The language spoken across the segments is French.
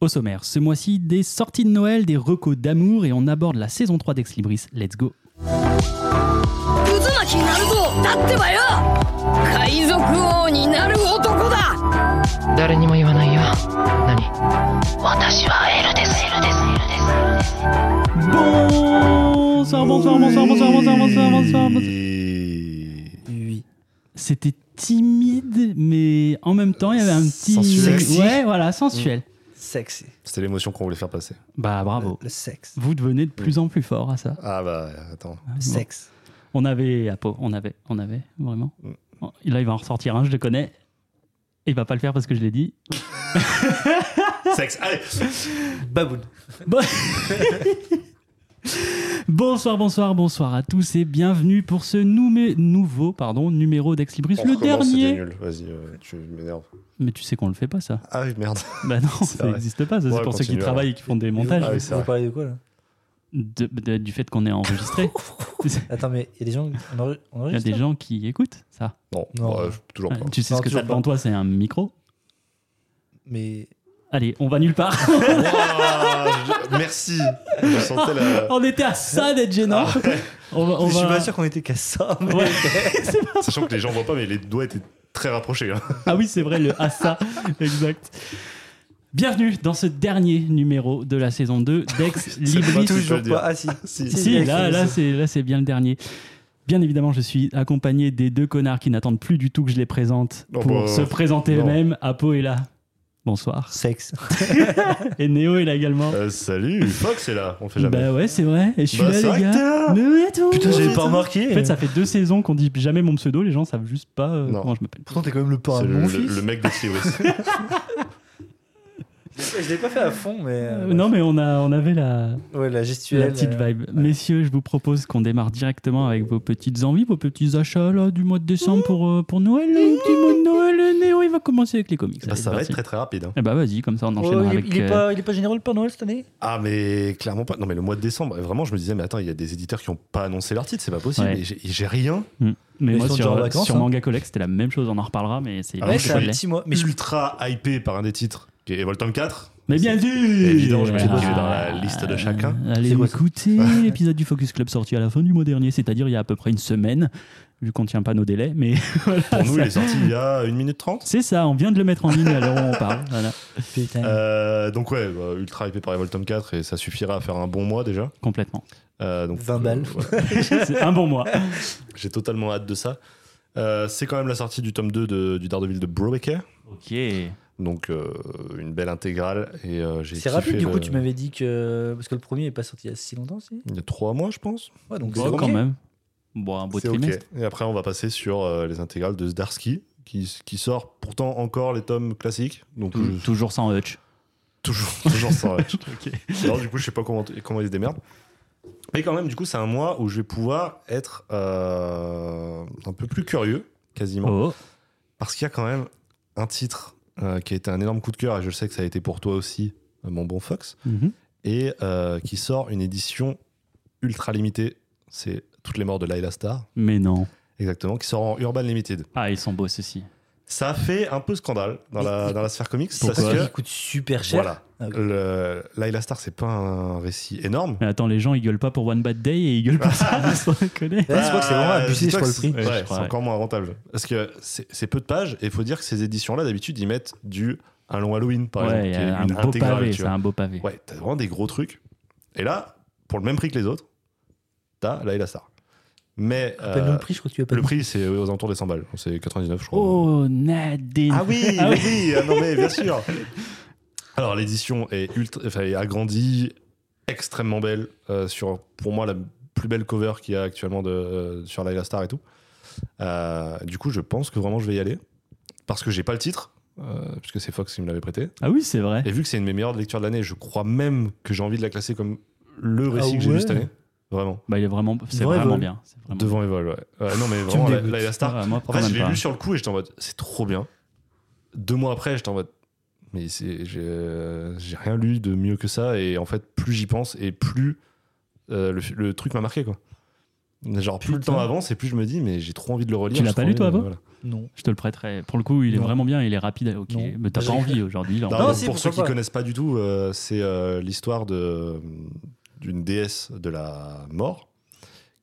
Au sommaire, ce mois-ci, des sorties de Noël, des recos d'amour et on aborde la saison 3 d'Ex Libris. Let's go 渦巻きになるぞだってばよ海賊王になる男だ誰にも言わないよ何私はエルですエルですエルです Bonsoir, bonsoir, bonsoir, bonsoir, bonsoir, bonsoir, bonsoir, bonsoir. Oui. C'était timide, mais en même temps, il y avait un petit... Sensuel. Sexy. Mm. Ouais, voilà, sensuel. Sexy. C'était l'émotion qu'on voulait faire passer. Bah, bravo. Le, le sexe. Vous devenez de plus en plus fort à ça. Ah bah attends. Le sexe. On avait, Apo, on avait, on avait, vraiment. Mm. Oh, Là, il va en ressortir un, je le connais. Il va pas le faire parce que je l'ai dit. Sexe, allez Baboun. Ah Bon- bonsoir, bonsoir, bonsoir à tous et bienvenue pour ce noumé- nouveau pardon, numéro d'Ex Libris, On le recommence, dernier. c'était nul. Vas-y, euh, tu m'énerves. Mais tu sais qu'on le fait pas, ça. Ah oui, merde. Bah non, C'est ça vrai. n'existe pas. ça, Ouais, c'est pour ceux qui continue, travaillent et qui font des montages. Ah oui, c'est On vrai. parlait de quoi là De- de- du fait qu'on est enregistré. Attends, mais il y a des gens. On enre- Il y a on enregistre des gens qui écoutent ça. Non, Non. ouais, je- toujours pas. Tu sais bah, Non, ce que toujours t'as devant pas. toi, c'est un micro. Mais. Allez, on va nulle part. Ouah, je- Merci. Je sentais la... on était à ça d'être gênant. On va- on Ah je suis va- pas sûr qu'on était qu'à ça. mais- Ouais. Sachant que les gens voient pas, mais les doigts étaient très rapprochés. hein. Ah oui, c'est vrai, le Assa. exact. Bienvenue dans ce dernier numéro de la saison 2 d'Ex pas Libris. tout, Toujours peux dire. pas. Ah si. Si. Si. Si, Ex là, Libris. là, c'est, là, c'est bien le dernier. Bien évidemment, je suis accompagné des deux connards qui n'attendent plus du tout que je les présente Oh pour bah, se présenter non. eux-mêmes. Apo est là. Bonsoir. Sexe. Et Néo est là également. Euh, salut, Fox est là, on le fait jamais. bah ouais, c'est vrai. Et je suis Bah, c'est là, vrai les que t'es gars. là. Mais ouais, toi, Putain, ouais, j'avais ouais, pas toi. remarqué. En fait, ça fait deux saisons qu'on dit jamais mon pseudo. Les gens savent juste pas euh, Non. comment je m'appelle. Pourtant, t'es quand même le parrain C'est de le, mon le- fils. le mec d'Ex Libris. Je l'ai pas fait à fond, mais. Ah, euh, Euh, non, mais on, a, on avait la, Ouais, la gestuelle. la petite euh, vibe. Messieurs, je vous propose qu'on démarre directement avec vos petites envies, vos petits achats là, du mois de Mmh. décembre pour, euh, pour Noël. Le petit mois de Noël, euh, Néo, il va commencer avec les comics. Bah, Allez, ça c'est va être parti. très très rapide. hein. Eh bah vas-y, comme ça on enchaînera oh, il, est- avec... il est euh, pas, il est pas généreux le Père Noël cette année Ah mais clairement pas. Non mais le mois de décembre, vraiment je me disais mais attends, il y a des éditeurs qui ont pas annoncé leur titre, c'est pas possible. Ouais. Et j'ai- et j'ai rien. Mais Ils moi sont sur, déjà en vacances, sur hein. Manga Collect, c'était la même chose, on en reparlera, mais c'est... mais Ah ouais, Ouais, je c'est un connais. petit mois. Mais Mais je- Euh, ultra hypé par un des titres qui est Volton 4. Mais bien sûr évident, je me suis dit qu'il est dans Ah, la liste de chacun. Allez C'est quoi ça écouter l'épisode du Focus Club sorti à la fin du mois dernier, c'est-à-dire il y a à peu près une semaine, vu qu'on tient pas nos délais, mais voilà, Pour nous, ça- il est sorti il y a 1 minute 30. C'est ça, on vient de le mettre en ligne à l'heure où on parle. Voilà. Putain. Euh, donc ouais, bah, ultra hypé par Volton 4 et ça suffira à faire un bon mois déjà. Complètement. Euh, donc, 20 balles. euh, ouais. C'est un bon mois. J'ai totalement hâte de ça. Euh, c'est quand même la sortie du tome 2 de- du Daredevil de Brubaker. Ok. Donc euh, une belle intégrale. Et, euh, j'ai C'est kiffé rapide, du le- coup, tu m'avais dit que. euh, Parce que le premier est pas sorti il y a si longtemps, si Il y a 3 mois, je pense. Ouais, donc Bon, c'est quand ok. même. Bon, un beau C'est ok. trimestre. Et après, on va passer sur euh, les intégrales de Zdarsky, qui, qui sort pourtant encore les tomes classiques. Donc Tou- Mm. je- Toujours sans hutch. toujours, toujours sans Hutch. Alors, du coup, je sais pas comment, comment ils se démerdent. Mais quand même, du coup, c'est un mois où je vais pouvoir être euh, un peu plus curieux, quasiment. Oh. Parce qu'il y a quand même un titre euh, qui a été un énorme coup de cœur, et je sais que ça a été pour toi aussi, euh, mon bon Fox, Mhm. et euh, qui sort une édition ultra limitée. C'est Toutes les morts de Laila Star, Mais non. exactement, qui sort en Urban Limited. Ah, ils sont beaux ceux-ci. Ça a fait un peu scandale dans la, dans la sphère comics Pourquoi parce Il que coûte super cher. voilà, Ah, ok. le, Laila Star c'est pas un récit énorme. Mais attends, les gens, ils gueulent pas pour One Bad Day et ils gueulent pas ça. sans déconner. Ouais, c'est vrai que c'est vraiment Bah, abusé, je dis-toi crois, le que c'est- prix. ouais, Ouais, je c'est crois, ouais. encore moins rentable parce que c'est c'est peu de pages et il faut dire que ces éditions là d'habitude ils mettent du un long Halloween par Ouais, exemple, qui est un une beau intégrale, pavé. tu C'est vois. un beau pavé. Ouais, t'as vraiment des gros trucs. Et là, pour le même prix que les autres, t'as Laila Star. Mais T'as euh, mis le prix, je crois que tu as pas le dit. prix c'est aux alentours des 100 balles, c'est 99 je crois. Oh, Nadine. Ah oui, Ah oui, oui, ah non mais bien sûr. Alors l'édition est ultra, enfin, est agrandie, extrêmement belle euh, sur, pour moi, la plus belle cover qu'il y a actuellement de, euh, sur Laila Star et tout. Euh, du coup, je pense que vraiment je vais y aller parce que j'ai pas le titre. euh, puisque c'est Fox qui me l'avait prêté. Ah oui, c'est vrai. Et vu que c'est une de mes meilleures lectures de l'année, je crois même que j'ai envie de la classer comme le récit que j'ai Ah ouais. lu cette année. Vraiment. Bah, il est vraiment, c'est Vrai vraiment vol. bien. C'est vraiment- Devant Evol, ouais. Ouais, non, mais vraiment, me la- dégoûtes. Laila Star, Ah, moi, en quand fait, je même l'ai pas. lu sur le coup et j'étais en mode, c'est trop bien. Deux mois après, j'étais en mode, mais c'est- j'ai euh, j'ai rien lu de mieux que ça. Et en fait, plus j'y pense et plus euh, le, le truc m'a marqué, quoi. Genre, plus le Putain. temps avance et plus je me dis, mais j'ai trop envie de le relire. Tu l'as j'ai pas trop lu, envie toi, de- Abo voilà. Non. Je te le prêterai. Pour le coup, il est Non. vraiment bien, il est rapide. Ok, Non. mais t'as pas envie aujourd'hui. là, en Non, fait. mais si, pour ceux pourquoi qui pas. connaissent pas du tout, euh, c'est euh, l'histoire de d'une déesse de la mort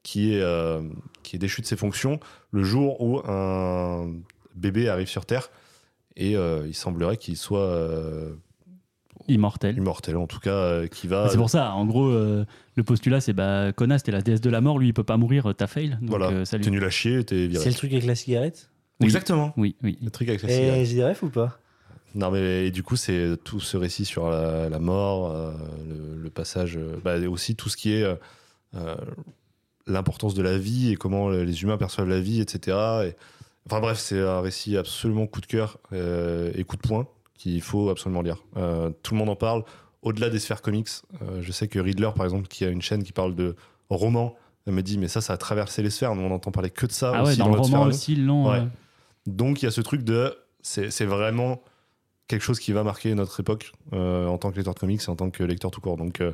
qui est euh, qui est déchue de ses fonctions le jour où un bébé arrive sur Terre et euh, il semblerait qu'il soit euh, Immortel. immortel en tout cas euh, qui va Ah, C'est pour ça, en gros, euh, le postulat, c'est bah, connasse, t'es la déesse de la mort, lui, il peut pas mourir, t'as fail. Donc, voilà euh, salut. t'es nul à chier t'es viré C'est le truc avec la cigarette Oui. exactement Oui, oui. le truc avec la cigarette. Et JDRF ou pas Non, mais et du coup, c'est tout ce récit sur la, la mort, euh, le, le passage, euh, bah, et aussi tout ce qui est euh, euh, l'importance de la vie et comment les humains perçoivent la vie, etc. Et- enfin bref, c'est un récit absolument coup de cœur euh, et coup de poing qu'il faut absolument lire. Euh, tout le monde en parle, au-delà des sphères comics. Euh, je sais que Riddler, par exemple, qui a une chaîne qui parle de romans, elle me dit, mais ça, ça a traversé les sphères, nous on entend parler que de ça Ah aussi ouais, dans, le notre sphère roman à nous. aussi, non. Ouais. euh, Donc il y a ce truc de c'est c'est vraiment quelque chose qui va marquer notre époque euh, en tant que lecteur de comics et en tant que lecteur tout court. Donc euh,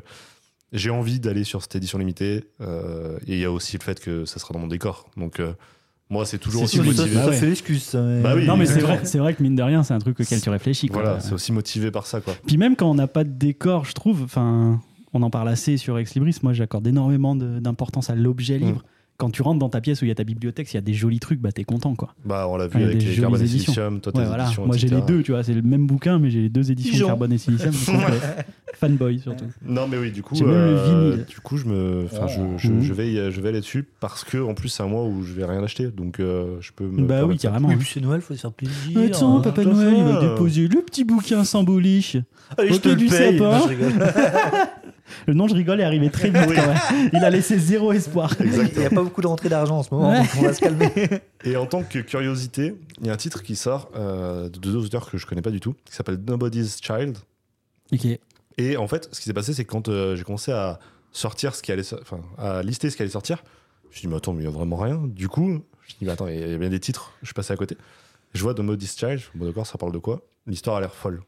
j'ai envie d'aller sur cette édition limitée euh, et il y a aussi le fait que ça sera dans mon décor. Donc euh, moi c'est toujours C'est aussi sûr, Ça, motivé. Bah ça, ouais. c'est l'excuse. ça, mais- Bah oui, Non, mais c'est exactement. vrai, c'est vrai que mine de rien, c'est un truc auquel tu réfléchis. quoi. Voilà, c'est aussi motivé par ça quoi. Puis même quand on n'a pas de décor, je trouve, enfin, on en parle assez sur Ex Libris, moi j'accorde énormément de- d'importance à l'objet Mm. libre. Quand tu rentres dans ta pièce où il y a ta bibliothèque, s'il y a des jolis trucs, bah t'es content quoi. Bah on l'a vu Ouais, avec des les jolies Carbon et éditions. Silicium, toi Bah, tes Ouais, voilà. éditions, Moi j'ai les etc.. deux, tu vois, c'est le même bouquin, mais j'ai les deux éditions Pigeon. Carbone et Silicium. donc, euh, fanboy surtout. Non mais oui, du coup, euh, J'ai même le vinyle. du coup je me, enfin je, je, Mhm. je vais y- je vais aller dessus parce que en plus c'est un mois où je vais rien acheter, donc euh, je peux bah me. oui, permettre ça. carrément. Oui, puis c'est Noël, faut se faire plaisir. Attends, hein. Papa tout à Noël, il va fait. déposer le petit bouquin symbolique. Allez, je ok, te du le hein. paye. sapin. Non, je rigole. Le nom, je rigole, est arrivé très vite quand même. Il a laissé zéro espoir. Il n'y a pas beaucoup de rentrées d'argent en ce moment, Ouais. donc on va se calmer. Et en tant que curiosité, il y a un titre qui sort euh, de deux auteurs que je connais pas du tout, qui s'appelle Nobody's Child. Ok. Et en fait, ce qui s'est passé, c'est que quand euh, j'ai commencé à sortir ce qui allait, so- enfin, à lister ce qui allait sortir, je me suis dit, mais attends, mais il y a vraiment rien. Du coup, je me suis dit, mais attends, il y a bien des titres, je suis passé à côté. Je vois Nobody's Child, je me dis, bon d'accord, ça parle de quoi L'histoire a l'air folle.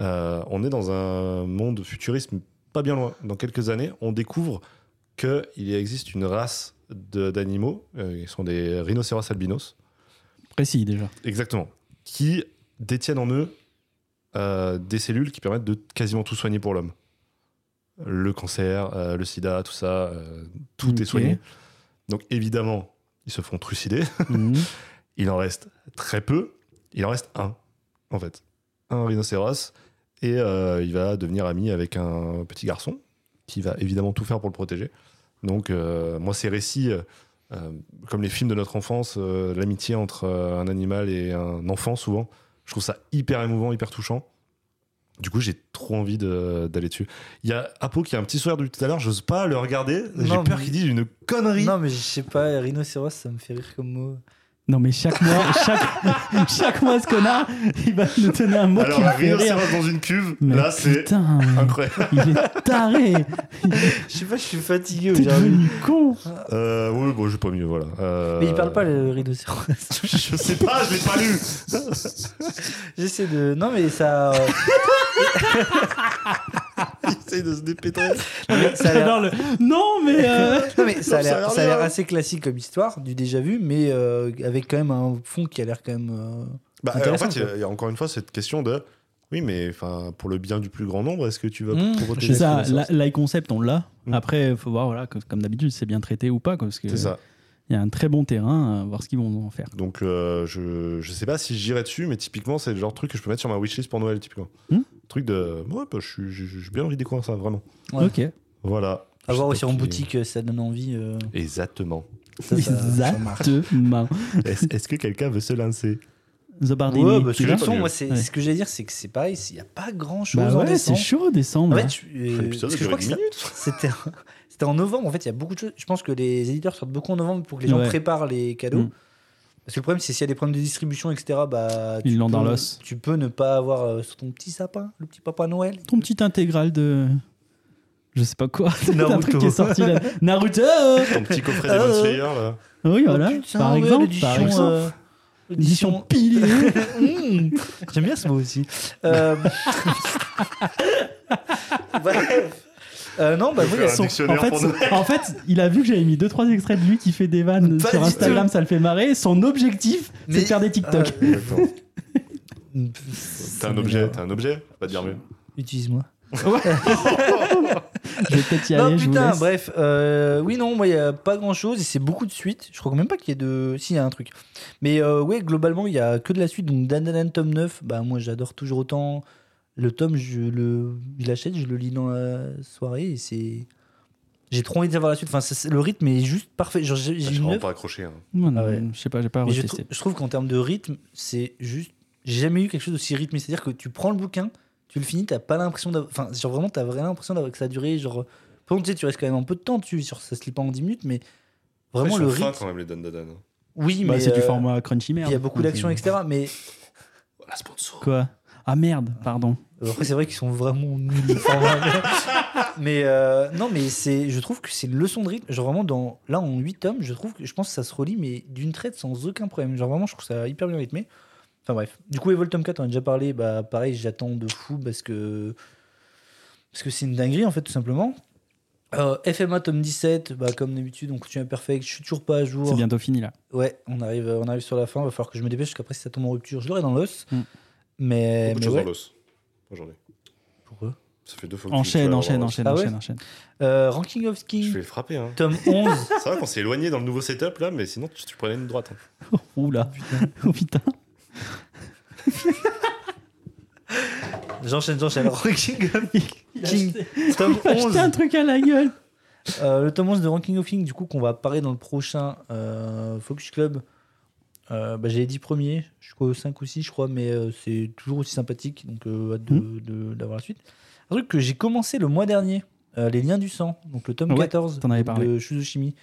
Euh, on est dans un monde futuriste, mais pas bien loin. Dans quelques années, on découvre qu'il existe une race de- d'animaux, euh, ils sont des rhinocéros albinos, Précis déjà. Exactement. Qui détiennent en eux euh, des cellules qui permettent de quasiment tout soigner pour l'homme. Le cancer, euh, le sida, tout ça, euh, tout Ok. est soigné. Donc évidemment, ils se font trucider. Mhm. Il en reste très peu. Il en reste un, en fait. Un rhinocéros. Et euh, il va devenir ami avec un petit garçon qui va évidemment tout faire pour le protéger. Donc, euh, moi, ces récits, euh, euh, comme les films de notre enfance, euh, l'amitié entre euh, un animal et un enfant, souvent, je trouve ça hyper émouvant, hyper touchant. Du coup, j'ai trop envie de- d'aller dessus. Il y a Apo qui a un petit sourire depuis tout à l'heure, j'ose pas le regarder. J'ai Non, peur mais- qu'il dise une connerie. Non, mais je sais pas, rhinocéros, ça me fait rire comme mot. Non mais chaque mois, chaque, chaque mois ce connard, il va nous donner un mot Alors, qui un va faire rire. rhinocéros dans une cuve, Mais là, c'est putain, incroyable. il est taré, Je sais pas, je suis fatigué t'es aujourd'hui. devenu con. Euh, oui, bon, j'ai pas mieux, voilà. Euh, Mais il parle pas le rhinocéros. Je sais pas, je l'ai pas lu. J'essaie de. Non, mais ça. euh, J'essaye de se dépêtrer. Non, mais ça a l'air- J'adore le. Non mais euh, Non, mais ça Non, ça a a l'air l'air ça a l'air bien. assez classique comme histoire, du déjà vu, mais euh, avec quand même un fond qui a l'air quand même. euh, Bah, euh, en Intéressant, fait, il y a- il y, a encore une fois cette question de oui, mais enfin, pour le bien du plus grand nombre, est-ce que tu vas Mmh, protéger c'est ça, les la- connaissances l'eye concept on l'a. Mm. Après faut voir voilà comme, comme d'habitude c'est bien traité ou pas quoi, parce que euh. C'est ça. il y a un très bon terrain, à voir ce qu'ils vont en faire. Donc, euh, je, je sais pas si j'irai dessus, mais typiquement, c'est le genre de truc que je peux mettre sur ma wishlist pour Noël, typiquement. Mmh. Truc de ouais, bah, je suis- j'ai j'ai bien envie de découvrir ça, vraiment. Ouais. Ok. Voilà. À voir aussi J'espère en qu'il- boutique, euh, ça donne envie. euh, Exactement. ça, ça- ça marche. Exactement. Est-ce est-ce que quelqu'un veut se lancer The Bardini. Ouais, parce tu que l'as de toute façon, mieux. moi, c'est Ouais. ce que j'allais dire, c'est que c'est pareil, il n'y a pas grand chose Bah en ouais, c'est décembre. chaud décembre. En hein. fait, je- euh, L'épisode parce a que je duré crois que 10 ça- minutes. c'était c'était en novembre. En fait, il y a beaucoup de choses. Je pense que les éditeurs sortent beaucoup en novembre pour que les gens Ouais. préparent les cadeaux. Mm. Parce que le problème, c'est s'il y a des problèmes de distribution, etc., bah, Ils tu l'ont dans peux- l'os. Tu peux ne pas avoir euh, sur ton petit sapin, le petit papa Noël. ton petit intégral de je sais pas quoi un Naruto. truc qui est sorti là. Naruto Ton petit coffret Ah, des ouais. Slayer, là. oui voilà Oh, putain, par ouais, exemple l'édition, par exemple euh, édition l'édition- pilier Mmh. J'aime bien ce mot aussi. Euh, Bref. Euh, non, bah Je vais faire oui, elles un sont- En dictionnaire fait, pour nous. en fait, il a vu que j'avais mis 2-3 extraits de lui qui fait des vannes Pas sur du Instagram, ça le fait marrer. Son objectif, c'est Mais- de faire des TikTok. Euh, Exactement. ça Euh, T'as un m'énerve. objet, t'as un objet, pas dire mieux. Utilise-moi. je vais peut-être y Non, aller, je vous putain, laisse. bref. euh, oui, non, moi, il n'y a pas grand-chose et c'est beaucoup de suites. Je crois même pas qu'il y ait de. Si, il y a un truc. Mais euh, ouais, globalement, il y a que de la suite. Donc, Dan Dan Dan, tome 9, bah, moi, j'adore toujours autant. Le tome, je le- je l'achète, je, le lis dans la soirée et c'est. J'ai trop envie d'avoir la suite. Enfin, ça, c'est- le rythme est juste parfait. Genre, j'ai Bah, j'ai Je une vraiment neuf, pas accroché. hein. Non, non, Ah ouais. Je sais pas, j'ai pas mais je, retesté. trou- je trouve qu'en termes de rythme, c'est juste. J'ai jamais eu quelque chose d'aussi rythmé. C'est-à-dire que tu prends le bouquin, tu le finis, t'as pas l'impression d'avoir. Enfin, genre vraiment, t'as vraiment l'impression d'avoir que ça a duré. Genre. Par contre, tu sais, tu restes quand même un peu de temps dessus. Genre, ça se lit pas en 10 minutes, mais vraiment Ils le sont rythme. fins quand même les Dan Dan Dan. Oui, Bah, mais. c'est du euh, format crunchy merde. Il y a beaucoup Donc, d'actions, euh, etc. Mais Voilà, sponsor. Quoi Ah merde, pardon. euh, après, c'est vrai qu'ils sont vraiment nuls. les formats. mais euh, non, mais c'est. Je trouve que c'est une leçon de rythme. Genre vraiment, dans, là, en 8 tomes, je trouve que je pense que ça se relie, mais d'une traite sans aucun problème. Genre vraiment, je trouve ça hyper bien rythmé. Enfin bref. Du coup, Evol Tom 4, on en a déjà parlé. Bah, pareil, j'attends de fou parce que. Parce que c'est une dinguerie, en fait, tout simplement. Euh, FMA tome 17, bah, comme d'habitude, on continue à perfect. Je suis toujours pas à C'est jour. bientôt fini là. Ouais, on arrive, on arrive sur la fin. Va falloir que je me dépêche parce qu'après, si ça tombe en rupture, je l'aurai dans l'os. Mm. Mais. Beaucoup de mais choses ouais. dans l'os aujourd'hui. Pourquoi Ça fait deux fois que je me suis fait Enchaîne, avoir enchaîne, dans l'os. enchaîne, Ah ouais enchaîne, enchaîne. Euh, Ranking of Je Kings, vais frapper. Hein. tome 11. C'est vrai qu'on s'est éloigné dans le nouveau setup là, mais sinon tu, tu prenais une droite. hein. Oula. Oh putain. j'enchaîne, j'enchaîne. Ranking of Kings, acheté- tome Acheter 11. un truc à la gueule. Euh, le tome 11 de Ranking of Kings, du coup, qu'on va parler dans le prochain euh, Focus Club. Euh, bah, J'ai les 10 premiers, je suis qu'au 5 ou 6, je crois, mais euh, c'est toujours aussi sympathique. Donc, euh, hâte de- de- d'avoir la suite. Un truc que j'ai commencé le mois dernier, euh, Les Liens du Sang, donc le tome Ouais, 14 t'en avais parlé. de Shuzoshimi.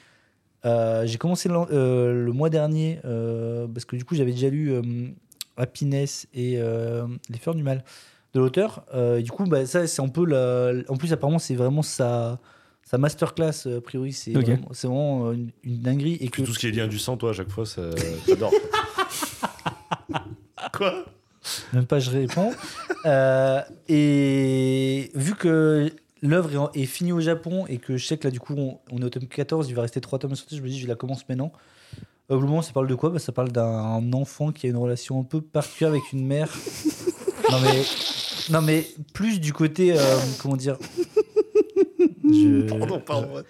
Euh, j'ai commencé l'an- euh, le, mois dernier euh, parce que du coup j'avais déjà lu euh, Happiness et euh, Les Fleurs du Mal de l'auteur. Euh, et du coup, bah, ça c'est un peu la... En plus, apparemment, c'est vraiment sa, sa masterclass, euh, a priori. C'est Ok. vraiment, c'est vraiment, euh, une, une dinguerie. Et que Puis tout ce qui est lien du sang, toi, à chaque fois, ça- t'adores. Quoi Même pas, je réponds. Euh, et vu que l'œuvre est, en- est finie au Japon et que je sais que là, du coup, on, on est au tome 14, il va rester 3 tomes à sortir, je me dis, je la commence maintenant. Euh, Globalement, ça parle de quoi Bah, Ça parle d'un enfant qui a une relation un peu particulière avec une mère. non, mais, non, mais plus du côté. euh, comment dire je, Pardon, pardon.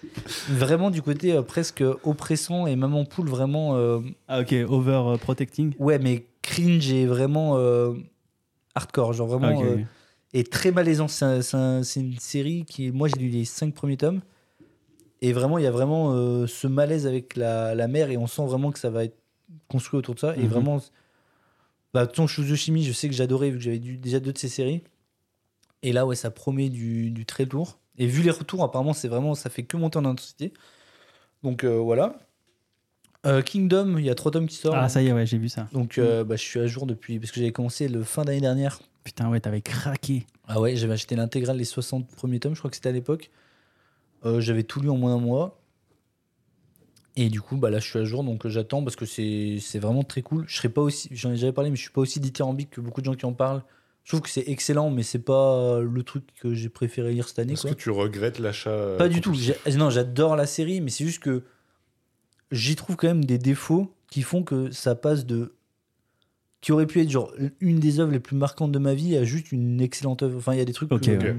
Vraiment du côté euh, presque oppressant et maman poule, vraiment. euh, Ah ok, over euh, protecting. ouais, mais cringe et vraiment euh, hardcore. Genre Ah, vraiment. ok, euh, ok. est très malaisant. C'est un- c'est un- c'est une série qui. Moi, j'ai lu les cinq premiers tomes. Et vraiment, il y a vraiment euh, ce malaise avec la, la mère. Et on sent vraiment que ça va être construit autour de ça. Et Mhm. vraiment. Bah, ton de chimie, je sais que j'adorais, vu que j'avais dû- déjà deux de ces séries. Et là, ouais, ça promet du, du très lourd. Et vu les retours, apparemment, c'est vraiment. Ça fait que monter en intensité. Donc, euh, voilà. Euh, Kingdom, il y a trois tomes qui sortent. Ah ça y est, ouais, j'ai vu ça. donc, euh, bah, je suis à jour depuis. Parce que j'avais commencé le fin d'année dernière. Putain ouais, t'avais craqué. Ah ouais, j'avais acheté l'intégrale, les 60 premiers tomes, je crois que c'était à l'époque. Euh, j'avais tout lu en moins d'un mois. Et du coup, bah là, je suis à jour, donc euh, j'attends parce que c'est c'est vraiment très cool. Je serais pas aussi, j'en ai déjà parlé, mais je suis pas aussi dithyrambique que beaucoup de gens qui en parlent. Je trouve que c'est excellent, mais c'est pas le truc que j'ai préféré lire cette année. Est-ce quoi. que tu regrettes l'achat euh, Pas du tout. J'ai- Non, j'adore la série, mais c'est juste que j'y trouve quand même des défauts qui font que ça passe de. qui aurait pu être genre une des œuvres les plus marquantes de ma vie à juste une excellente œuvre. Enfin, il y a des trucs. Ok, que- ouais.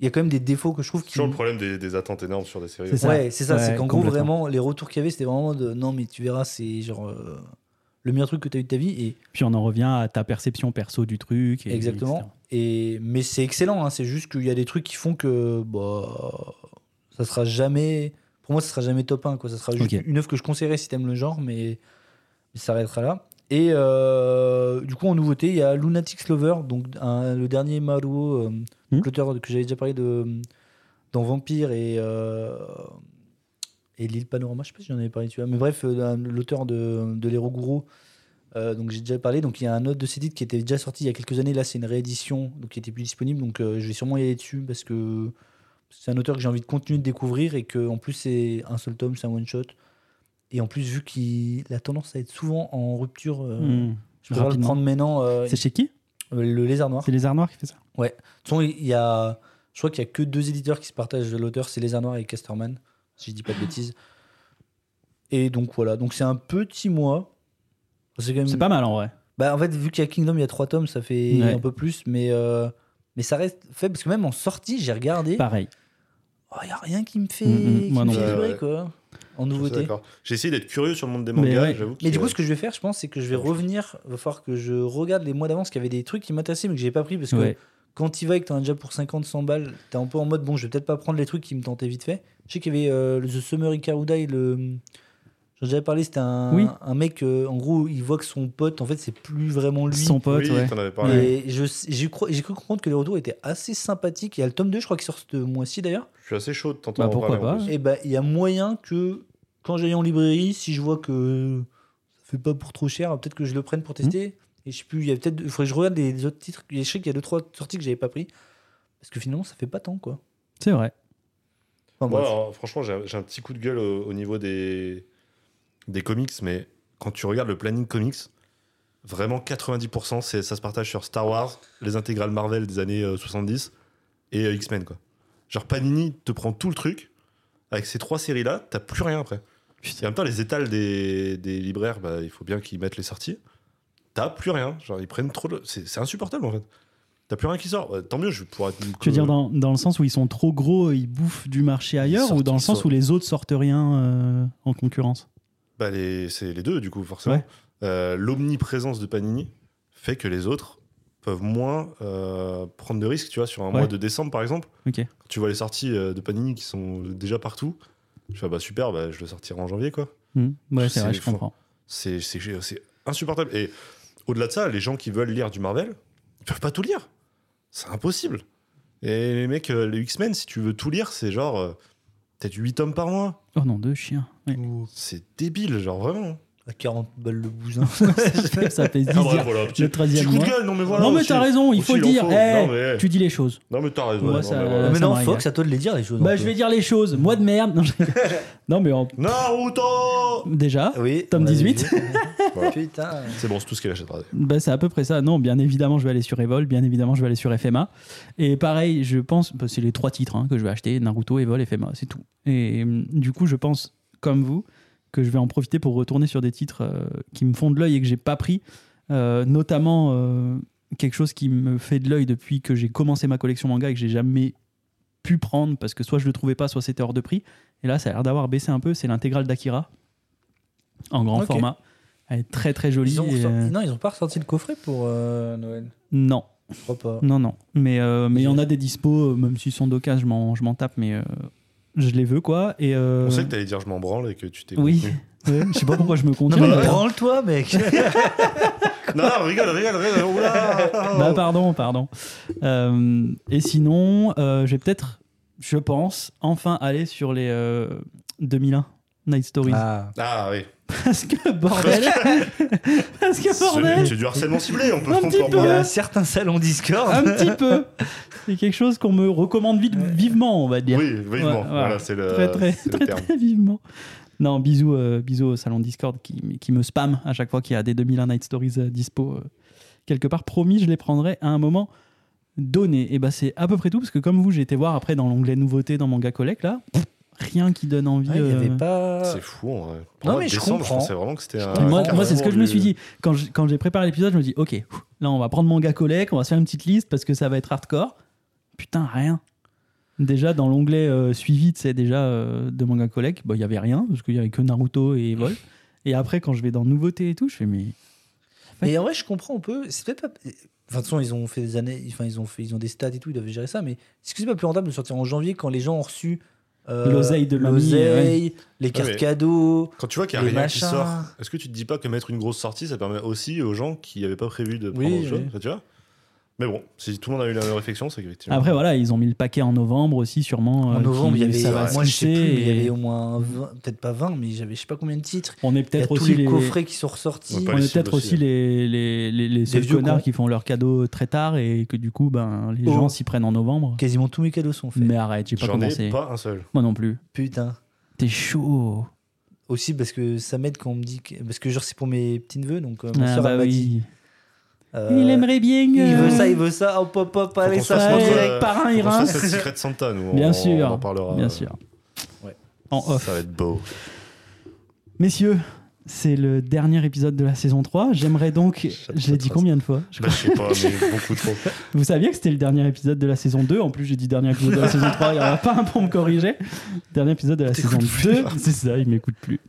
Il y a quand même des défauts que je trouve C'est qui. toujours le problème des, des attentes énormes sur des séries. C'est ça. Ouais, c'est ça. Ouais, c'est qu'en gros, complètement. vraiment, les retours qu'il y avait, c'était vraiment de non, mais tu verras, c'est genre euh, le meilleur truc que tu as eu de ta vie. Et Puis on en revient à ta perception perso du truc. et- Exactement. Et, mais c'est excellent, hein, c'est juste qu'il y a des trucs qui font que bah, ça sera jamais. Pour moi, ça sera jamais top 1. Quoi. Ça sera juste Ok. une œuvre que je conseillerais si t'aimes le genre, mais, mais ça arrêtera là. Et euh, du coup, en nouveauté, il y a Lunatic Lover, donc un- le dernier Maruo, euh, Hmm. l'auteur que j'avais déjà parlé de, dans Vampire et, euh, et L'île Panorama, je sais pas si j'en avais parlé, tu vois. Mais bref, euh, un- l'auteur de, de l'Héro Gouro, euh, donc j'ai déjà parlé. Donc il y a un autre de ces titres qui était déjà sorti il y a quelques années. Là, c'est une réédition, donc qui était plus disponible. Donc euh, je vais sûrement y aller dessus parce que c'est un auteur que j'ai envie de continuer de découvrir et que en plus c'est un seul tome, c'est un one shot. Et en plus, vu qu'il a tendance à être souvent en rupture, euh, Hmm. je préfère le rapidement. prendre maintenant. euh, C'est chez qui euh, le lézard noir. C'est les Noirs qui fait ça De toute façon, il y a. Je Je crois qu'il n'y a que deux éditeurs qui se partagent l'auteur, c'est Lézard Noir et Casterman, si je dis pas de bêtises. Et donc voilà, donc c'est un petit mois. C'est Euh, quand même- C'est pas mal en vrai. Bah, en fait, vu qu'il y a Kingdom, il y a trois tomes, ça fait Ouais. un peu plus, mais, euh, mais ça reste faible. Parce que même en sortie, j'ai regardé, il Pareil. n'y a rien qui me fait, Mhm, qui moi me non fait plus. vibrer, Ouais. quoi, en Je suis nouveauté. d'accord. J'ai essayé d'être curieux sur le monde des Mais mangas, ouais. j'avoue. Mais du que- coup, ce que je vais faire, je pense, c'est que je vais revenir. Il va falloir que je regarde les mois d'avance, qu'il y avait des trucs qui m'intéressaient, mais que j'ai pas pris. Parce que Ouais. quand il va et que t'en as déjà pour 50, 100 balles, t'es un peu en mode, bon, je vais peut-être pas prendre les trucs qui me tentaient vite fait. Je sais qu'il y avait euh, le The Summer Ikarudai, le. J'en ai déjà parlé, c'était un, Oui. un mec, euh, en gros, il voit que son pote, en fait, c'est plus vraiment lui. Son pote, oui, ouais. t'en avais Et parlé. je- j'ai cru, j'ai cru comprendre que les retours étaient assez sympathiques. Il y a le tome 2, je crois, qui sort ce mois-ci d'ailleurs. Je suis assez chaud de Bah, t'entendre en pourquoi parler, en pas. plus. Et ben, il y a moyen que quand j'aille en librairie, si je vois que ça fait pas pour trop cher, peut-être que je le prenne pour tester. Hmm. Et je sais plus, il y a peut-être. Il faudrait que je regarde les autres titres. Je sais qu'il y a deux, trois sorties que j'avais pas pris. Parce que finalement, ça fait pas tant, quoi. C'est vrai. Enfin, Moi, bref. alors, franchement, j'ai un- j'ai un petit coup de gueule au, au niveau des, des comics, mais quand tu regardes le planning comics, vraiment 90%, c'est- ça se partage sur Star Wars, les intégrales Marvel des années euh, 70 et euh, X-Men. quoi. Genre Panini te prend tout le truc, avec ces trois séries-là, t'as plus rien après. Putain. Et en même temps, les étals des, des libraires, bah, il faut bien qu'ils mettent les sorties. T'as plus rien. Genre, ils prennent trop. de- C'est c'est insupportable en fait. T'as plus rien qui sort. Ouais, tant mieux, je vais pouvoir. être- Tu veux dire dans, dans le sens où ils sont trop gros, ils bouffent du marché ailleurs, sortent- ou dans le euh, ils sens sortent. où les autres sortent rien euh, en concurrence Bah, les- c'est les deux, du coup, forcément. Ouais. Euh, L'omniprésence de Panini fait que les autres peuvent moins euh, prendre de risques, tu vois, sur un mois de décembre, par exemple. Ok. Quand tu vois les sorties euh, de Panini qui sont déjà partout, je fais, ah bah super, bah, je le sortirai en janvier, quoi. Hmm. Ouais, C'est c'est vrai, je fort. comprends. C'est c'est- c'est insupportable. Et au-delà de ça, les gens qui veulent lire du Marvel, ils peuvent pas tout lire. C'est impossible. Et les mecs, euh, les X-Men, si tu veux tout lire, c'est genre euh, peut-être 8 tomes par mois. Oh non, deux chiens. Ouais. C'est débile, genre vraiment. À 40 balles le bousin. ça fait 10 Ah, bref, dire. voilà, petit- Le 13 Petit coup mois. de gueule, non mais voilà. non, mais aussi. t'as raison, il faut aussi, le dire. en faut. Eh, Non, mais- Tu dis les choses. Non mais t'as raison. Moi, non, ça- mais voilà. mais Ah, ça non, me Fox, à toi de les dire, les choses. Bah, un je peu. vais dire les choses. Moi de merde. Non, je- Non, mais en- Naruto déjà, euh, Oui, Tome on a 18. vu. Voilà. Putain. C'est bon, c'est tout ce qu'il achètera. bah, c'est à peu près ça. Non, bien évidemment, je vais aller sur Evol. Bien évidemment, je vais aller sur FMA. Et pareil, je pense. bah, c'est les trois titres hein, que je vais acheter Naruto, Evol, FMA, c'est tout. Et hum, du coup, je pense, comme vous, que je vais en profiter pour retourner sur des titres euh, qui me font de l'œil et que j'ai pas pris. Euh, notamment euh, quelque chose qui me fait de l'œil depuis que j'ai commencé ma collection manga et que j'ai jamais pu prendre parce que soit je le trouvais pas, soit c'était hors de prix. Et là, ça a l'air d'avoir baissé un peu. C'est l'intégrale d'Akira en grand Ok. format. Elle est très très jolie. Ils ont et, ressorti- euh, Non, ils ont pas ressorti le coffret pour euh, Noël. Non, Je crois pas. non, non. Mais euh, mais il y en a des dispos, euh, même s'ils sont d'occasion, je m'en- je m'en tape, mais euh, je les veux quoi. Et euh, On sait que t'allais dire je m'en branle et que tu t'es. oui. contenu. Ouais, je sais pas pourquoi je me Non, contiens. mais mais- branle-toi, mec. Non, non, rigole, rigole, rigole. oh oula. Bah, pardon, pardon. Euh, et sinon, euh, je vais peut-être, je pense, enfin aller sur les euh, 2001 Night Stories. Ah. Ah oui. Parce que bordel Parce que C'est bordel c'est du harcèlement ciblé, on peut Un se petit comprendre. peu. Il y a Voilà. certains salons Discord. Un petit peu C'est quelque chose qu'on me recommande vite, vivement, on va dire. Oui, vivement. Ouais, voilà. Voilà, c'est le, très, très, c'est le très, terme. très vivement. Non, bisous, euh, bisous au salon Discord qui, qui me spam à chaque fois qu'il y a des 2001 Night Stories euh, dispo euh, quelque part. Promis, je les prendrai à un moment donné. Et bah, c'est à peu près tout parce que, comme vous, j'ai été voir après dans l'onglet nouveautés dans Manga Collect là. Pff, Rien qui donne envie. Ouais, Il y euh, avait pas. C'est fou en vrai. Non, moi, mais je décembre, comprends. Je pensais vraiment que c'était un. Et moi, carrefour moi, c'est ce que je me du- suis dit. Quand je- quand j'ai préparé l'épisode, je me dis, ok, pff, là, on va prendre manga collègue, on va se faire une petite liste parce que ça va être hardcore. Putain, rien. Déjà, dans l'onglet euh, suivi, tu sais, déjà euh, de manga collègue, bah, il y avait rien parce qu'il y avait que Naruto et Vol. Et après, quand je vais dans Nouveauté et tout, je fais, mais. Mais en vrai, je comprends un peu. C'est peut-être pas. Enfin, de toute façon, ils ont fait des années. Enfin, ils ont fait, ils ont des stats et tout. Ils doivent gérer ça. Mais est-ce que c'est pas plus rentable de sortir en janvier quand les gens ont reçu euh, L'oseille de mamie, l'oseille, les cartes mais- cadeaux. Quand tu vois qu'il y a Les rien qui machins. sort, est-ce que tu te dis pas que mettre une grosse sortie, ça permet aussi aux gens qui n'avaient pas prévu de Oui, prendre autre chose, oui. tu vois Mais bon, si tout le monde a eu la même réflexion, c'est effectivement. Après, voilà, ils ont mis le paquet en novembre aussi, sûrement. euh, En novembre, qui- il y ça avait. va se Moi, je sais plus. lisser mais Il y et avait au moins 20 peut-être pas 20, mais j'avais je sais pas combien de titres. On est Il y a peut-être tous aussi les, les. coffrets qui sont ressortis. Ouais, On les est peut-être cibles aussi, aussi hein. les, les, les, les seuls vieux connards cons. qui font leurs cadeaux très tard et que du coup, ben, les Oh. gens s'y prennent en novembre. Quasiment tous mes cadeaux sont faits. Mais arrête, j'ai pas J'en commencé. ai pas un seul. Moi non plus. Putain. T'es chaud. Aussi parce que ça m'aide quand on me dit que... parce que genre c'est pour mes petits neveux donc euh, Ah ma soeur bah elle m'a dit oui. Euh, il aimerait bien. Il euh, veut ça, il veut ça. Hop, hop, hop, allez, qu'on ça se se fasse montre notre, direct. euh, par un, Faut il qu'on se rince. fasse le Secret Santa, nous. on- Bien sûr. On en parlera. Bien sûr. euh, Ouais. En off. Ça va être beau. Messieurs, c'est le dernier épisode de la saison 3. J'aimerais donc. J'adore Je l'ai cette dit phrase. combien de fois Je- Bah, je sais pas, mais beaucoup trop. Vous saviez que c'était le dernier épisode de la saison 2. En plus, j'ai dit dernier épisode de la saison 3. Il n'y en a pas un pour me corriger. Dernier épisode de la saison T'écoutes plus, 2. C'est ça, il m'écoute plus.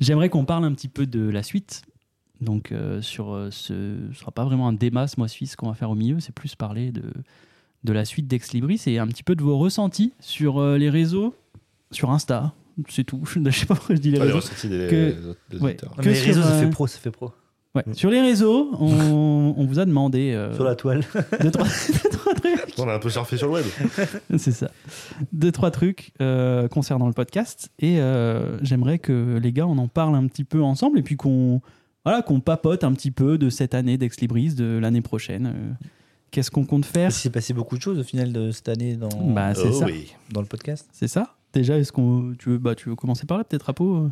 J'aimerais qu'on parle un petit peu de la suite. Donc, euh, sur euh, ce ne sera pas vraiment un débat ce mois-ci, ce qu'on va faire au milieu. C'est plus parler de, de la suite d'Ex Libris et un petit peu de vos ressentis sur euh, les réseaux, sur Insta. C'est tout. Je ne sais pas pourquoi je dis les Pas les réseaux. ressentis des, Que- des autres- des ouais. auteurs. Que Mais les sur, réseaux, ça euh, fait pro, ça fait pro. Ouais. Sur les réseaux, on, on vous a demandé euh, Sur la toile. deux, trois, deux, trois trucs. On a un peu surfé sur le web. C'est ça. Deux, trois trucs euh, concernant le podcast. Et euh, j'aimerais que les gars, on en parle un petit peu ensemble et puis qu'on voilà, qu'on papote un petit peu de cette année d'Ex Libris, de l'année prochaine. Euh, Qu'est-ce qu'on compte faire Il s'est passé beaucoup de choses au final de cette année dans, Bah, c'est Oh ça. oui. dans le podcast. C'est ça Déjà, est-ce qu'on tu veux bah tu veux commencer par là peut-être euh Apo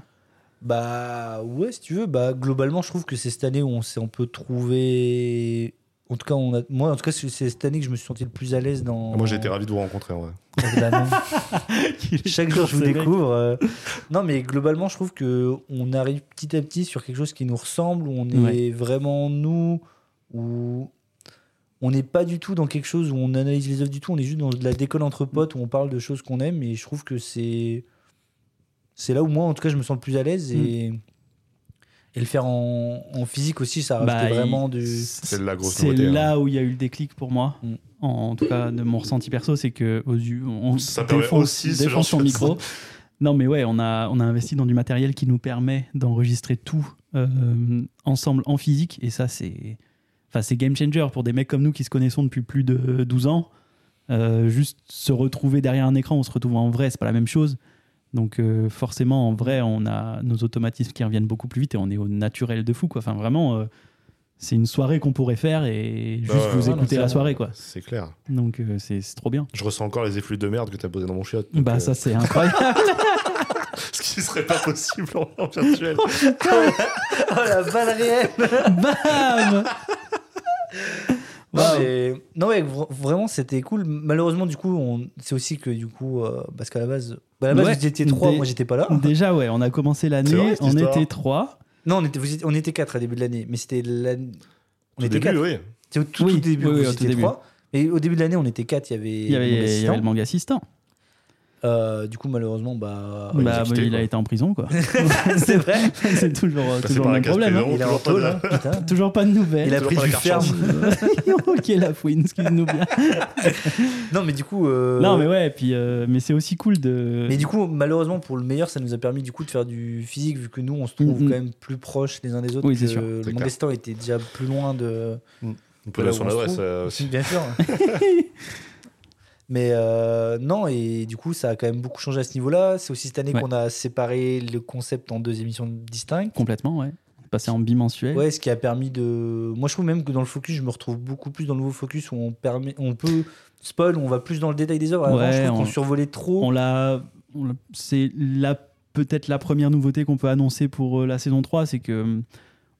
Bah ouais, si tu veux. Bah globalement, je trouve que c'est cette année où on s'est un peu trouvé. En tout cas, on a... moi, en tout cas, c'est c'est cette année que je me suis senti le plus à l'aise dans. Moi, j'ai été ravi de vous rencontrer, en vrai. Évidemment. Chaque jour, je vous Ce mec. découvre. euh. Non, mais globalement, je trouve que on arrive petit à petit sur quelque chose qui nous ressemble, où on est Ouais. vraiment nous, où on n'est pas du tout dans quelque chose où on analyse les œuvres du tout. On est juste dans de la décolle entre potes, où on parle de choses qu'on aime. Et je trouve que c'est c'est là où moi, en tout cas, je me sens le plus à l'aise et Mm. et le faire en, en physique aussi, ça Bah, rajoutait il- vraiment du. C'est la grosse c'est nouveauté, hein. là où il y a eu le déclic pour moi. Mm. En, en tout cas, de mon ressenti perso, c'est que aux yeux, on Ça permet défonce, aussi ce défonce genre son de micro. choses. Non, mais ouais, on a, on a investi dans du matériel qui nous permet d'enregistrer tout euh, ensemble en physique. Et ça, c'est enfin, c'est game changer pour des mecs comme nous qui se connaissons depuis plus de 12 ans. Euh, juste se retrouver derrière un écran, on se retrouve en vrai, c'est pas la même chose. Donc euh, forcément, en vrai, on a nos automatismes qui reviennent beaucoup plus vite et on est au naturel de fou. Quoi. Enfin, vraiment, euh, c'est une soirée qu'on pourrait faire et juste Bah ouais, vous ouais, écouter non, la c'est- soirée. quoi. C'est clair. Donc euh, c'est c'est trop bien. Je ressens encore les effluves de merde que t'as posé dans mon chiotte. donc, Bah euh, ça, c'est incroyable. Ce qui serait pas possible en en virtuel. Oh la balle réelle Bam Non, Waouh. mais- non, ouais, vr- vraiment, c'était cool. Malheureusement, du coup, on... c'est aussi que, du coup, euh, parce qu'à la base, bah, à la base, Ouais, vous étiez trois, des- moi, j'étais pas là. Déjà, ouais, on a commencé l'année, C'est vrai, cette on histoire. était trois. Non, on était, vous étiez- on était quatre à début de l'année, mais c'était l'année. On Au était début, quatre. oui. C'est au tout, Oui, tout début, oui, oui, vous au tout étiez début. trois. Et au début de l'année, on était quatre, il y avait, Il y avait, mon il y assistant. Ah avait le manga assistant. Euh, du coup, malheureusement, bah. il bah, a bah, quitté, il a quoi. été en prison, quoi. c'est vrai. c'est toujours, Passé toujours par le la même case problème. hein. prison. Il est en toujours pas taule, là. hein, putain. Toujours pas de nouvelles. Il a Toujours pris pas du la carte ferme. chance. ok, la fouine, excuse-nous bien. Non, mais du coup. euh, Non, mais ouais, puis, euh, mais c'est aussi cool de. Mais du coup, malheureusement, pour le meilleur, ça nous a permis du coup de faire du physique, vu que nous, on se trouve Mhm. quand même plus proches les uns des autres. Oui, c'est que sûr. Le C'est manga clair. assistant était déjà plus loin de. On peut donner son Là où on se adresse trouve. euh, aussi. Bien sûr. Mais euh, non, et du coup, ça a quand même beaucoup changé à ce niveau-là. C'est aussi cette année Ouais. qu'on a séparé le concept en deux émissions distinctes. Complètement, ouais. Passer en bimensuel. Ouais, ce qui a permis de. Moi, je trouve même que dans le focus, je me retrouve beaucoup plus dans le nouveau focus où on, permet... on peut spoil, on va plus dans le détail des œuvres. Avant, Ouais, je trouve on- qu'on survolait trop. On l'a. on l'a- C'est la peut-être la première nouveauté qu'on peut annoncer pour euh, la saison 3, c'est que hum,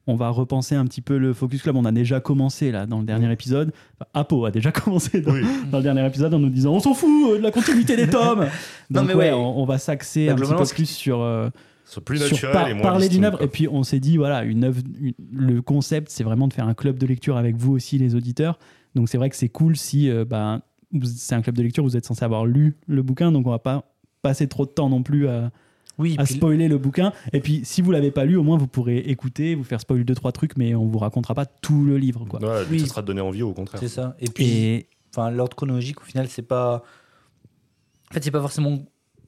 on va repenser un petit peu le Focus Club. On a déjà commencé là dans le dernier épisode. Enfin, Apo a déjà commencé dans, Oui. dans le dernier épisode en nous disant on s'en fout euh, de la continuité des tomes. Non, Donc, mais ouais, ouais. on, on va s'axer Bah, un petit globalement, peu ce plus sur, euh, C'est plus sur naturel par- et moins parler d'une distinct, œuvre. quoi. Et puis on s'est dit voilà une œuvre, une- le concept c'est vraiment de faire un club de lecture avec vous aussi les auditeurs. Donc c'est vrai que c'est cool si euh, ben, vous- c'est un club de lecture vous êtes censé avoir lu le bouquin donc on va pas passer trop de temps non plus à, Oui, à puis- spoiler le bouquin. Et puis si vous l'avez pas lu au moins vous pourrez écouter vous faire spoiler deux trois trucs mais on vous racontera pas tout le livre quoi. Voilà, Oui. ça sera donné envie au contraire. c'est ça. Et puis, Et enfin l'ordre chronologique au final c'est pas en fait c'est pas forcément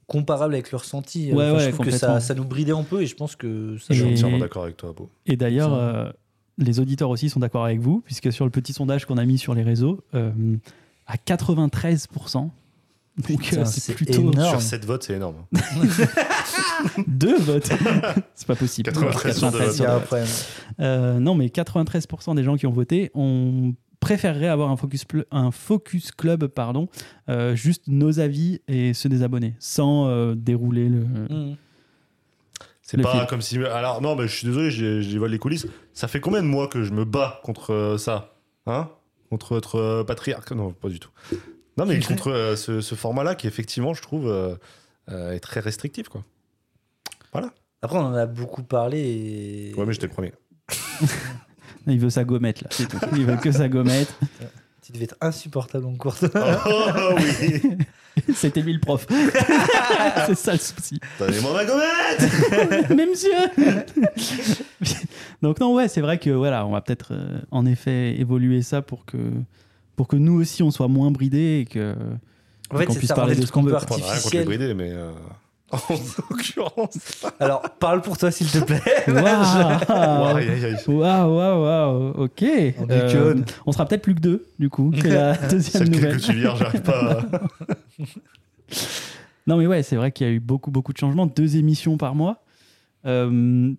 comparable avec le ressenti Ouais, Enfin, ouais, je trouve que ça, complètement. ça nous bridait un peu et je pense que ça Je suis Et- entièrement d'accord avec toi, Beau. Et d'ailleurs, Ça va. euh, les auditeurs aussi sont d'accord avec vous, puisque sur le petit sondage qu'on a mis sur les réseaux, euh, à 93%, donc Putain, euh, c'est c'est plutôt énorme. Sur 7 votes, c'est énorme. deux votes. c'est pas possible. 93 sur deux votes. il y a un 93. problème. Euh, non, mais 93% des gens qui ont voté ont préférerait avoir un focus, pl- un focus club, pardon, euh, Mmh. Mmh. juste nos avis et ceux des abonnés, sans euh, dérouler le... Mm. C'est Le pas film. comme si. Alors, non, mais je suis désolé, j'ai j'ai volé les coulisses. Ça fait combien de mois que je me bats contre euh, ça Hein Contre votre euh, patriarche Non, pas du tout. Non, mais contre euh, ce, ce format-là qui, effectivement, je trouve, euh, euh, est très restrictif, quoi. Après, on en a beaucoup parlé. Et... Ouais, mais j'étais le premier. Il veut sa gommette, là. c'est tout. Il veut que sa gommette. Tu devais être insupportable en cours. Oh, oui C'était lui le prof. c'est ça le souci. Donnez-moi ma gommette Mais monsieur Donc non, ouais, c'est vrai que voilà, on va peut-être euh, en effet évoluer ça pour que pour que nous aussi on soit moins bridés et que En fait, qu'on c'est puisse ça, parler enlève de ce tout qu'on veut. compteur. Enfin, rien contre les Artificiel. bridés, mais. euh, En l'occurrence. Alors, parle pour toi, s'il te plaît. Ah Waouh Aïe, aïe, aïe. Waouh, waouh, waouh, ok. Euh, On déconne. on sera peut-être plus que deux, du coup. C'est la deuxième Celle que nouvelle. tu viens, j'arrive pas. à- Non, mais ouais, c'est vrai qu'il y a eu beaucoup, beaucoup de changements. Deux émissions par mois. Euh,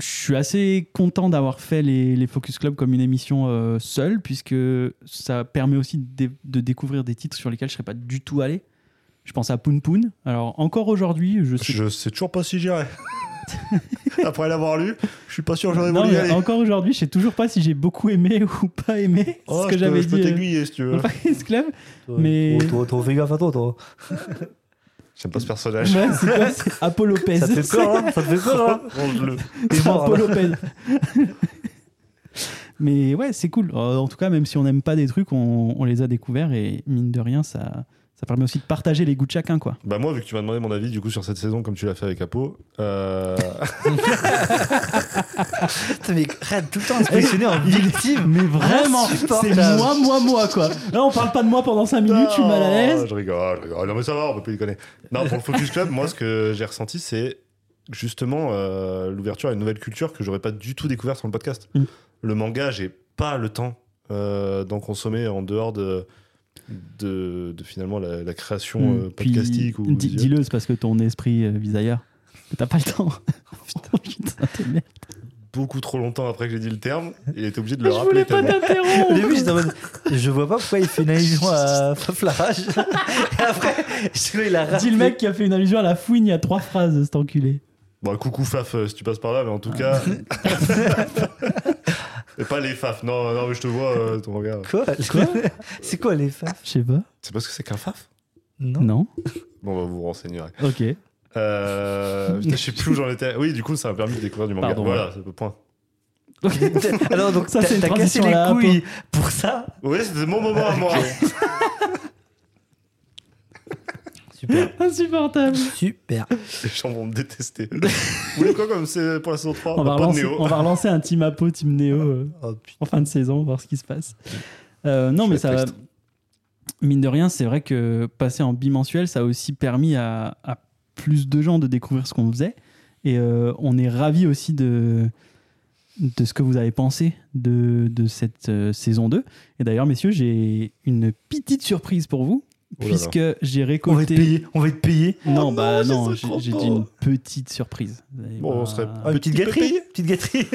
je suis assez content d'avoir fait les, les Focus Club comme une émission euh, seule, puisque ça permet aussi de, dé- de découvrir des titres sur lesquels je serais pas du tout allé. Je pense à Poon Poon. Alors, encore aujourd'hui, je sais Je sais toujours pas si j'irai. Après l'avoir lu, je suis pas sûr que j'aurais Non, voulu y mais aller. encore aujourd'hui, je sais toujours pas si j'ai beaucoup aimé ou pas aimé ce Oh, je que te- j'avais je peux dit. euh, t'aiguiller si tu au veux. Focus Club. Toi, Mais- Toi, toi, toi, fais gaffe à toi, toi. J'aime pas ce Ouais, personnage. c'est quoi C'est Apo Lopez. Ça te fait peur, hein Ça te fait peur, hein Range-le. T'es mort, hein. Paul là. Lopez. Mais ouais, c'est cool. Euh, En tout cas, même si on n'aime pas des trucs, on, on les a découverts et mine de rien, ça, ça permet aussi de partager les goûts de chacun. Quoi. Bah moi, vu que tu m'as demandé mon avis du coup sur cette saison, comme tu l'as fait avec Apo, euh, Putain, mais arrête tout le temps impressionné en victime. Mais vraiment, c'est Insupportable. moi, moi, moi. quoi. Là, on parle pas de moi pendant 5 minutes, je suis mal à Oh, l'aise. Je rigole, je rigole. Non mais ça va, on peut plus déconner. Non, pour le Focus Club, moi, ce que j'ai ressenti, c'est justement euh, l'ouverture à une nouvelle culture que j'aurais pas du tout découvert sur le podcast. Mm. Le manga, j'ai pas le temps euh, d'en consommer en dehors de de, de finalement la, la création euh, Mm. Puis, podcastique ou di- visuelle. Dis-le, c'est parce que ton esprit euh, vise ailleurs. Que t'as pas le temps. putain, putain, t'es merde. beaucoup trop longtemps après que j'ai dit le terme, il était obligé de le Ah, Je voulais rappeler. pas tellement. Au t'interrompre. début, j'étais en mode, je vois pas pourquoi il fait une allusion à Pop Larage. Et après, je trouve il a Dis le mec qui a fait une allusion à la fouine il y a trois phrases, cet enculé. Bon, coucou Faf, euh, si tu passes par là, mais en tout Ah. cas. Et pas les Faf, non, non, mais je te vois, euh, ton regard. Quoi, Quoi C'est quoi les femmes Je sais pas. C'est parce que c'est qu'un Faf Non. Non Bon, bah, vous vous renseignerez. Ok. Euh, putain, je sais plus où j'en étais. Oui, du coup, ça m'a permis de découvrir du manga. Pardon, voilà, c'est le point. Alors donc Ça, ça, c'est une t'as cassé transition à les la Apo. couilles pour ça. Oui, c'était mon moment à moi. Super, Insupportable. super. les gens vont me détester. vous voulez quoi comme c'est pour la saison 3 On va, Pas de relancer, Néo. on va relancer un team Apo, team Neo euh, Oh putain. en fin de saison, voir ce qui se passe. Euh, non, Je mais vais ça être va. Mine de rien, c'est vrai que passer en bimensuel, ça a aussi permis à, à plus de gens de découvrir ce qu'on faisait. Et euh, on est ravis aussi de, de ce que vous avez pensé de, de cette euh, saison 2. Et d'ailleurs, messieurs, j'ai une petite surprise pour vous, Oh là là. puisque j'ai On va être récolté. payé, on va être payé. Non, bah Oh non, non, je sais j'ai trop j'ai pas. dit une petite surprise. Vous allez Bon, on voir. serait- Ah, une petite Petit peu gâterie, payé. petite gâterie.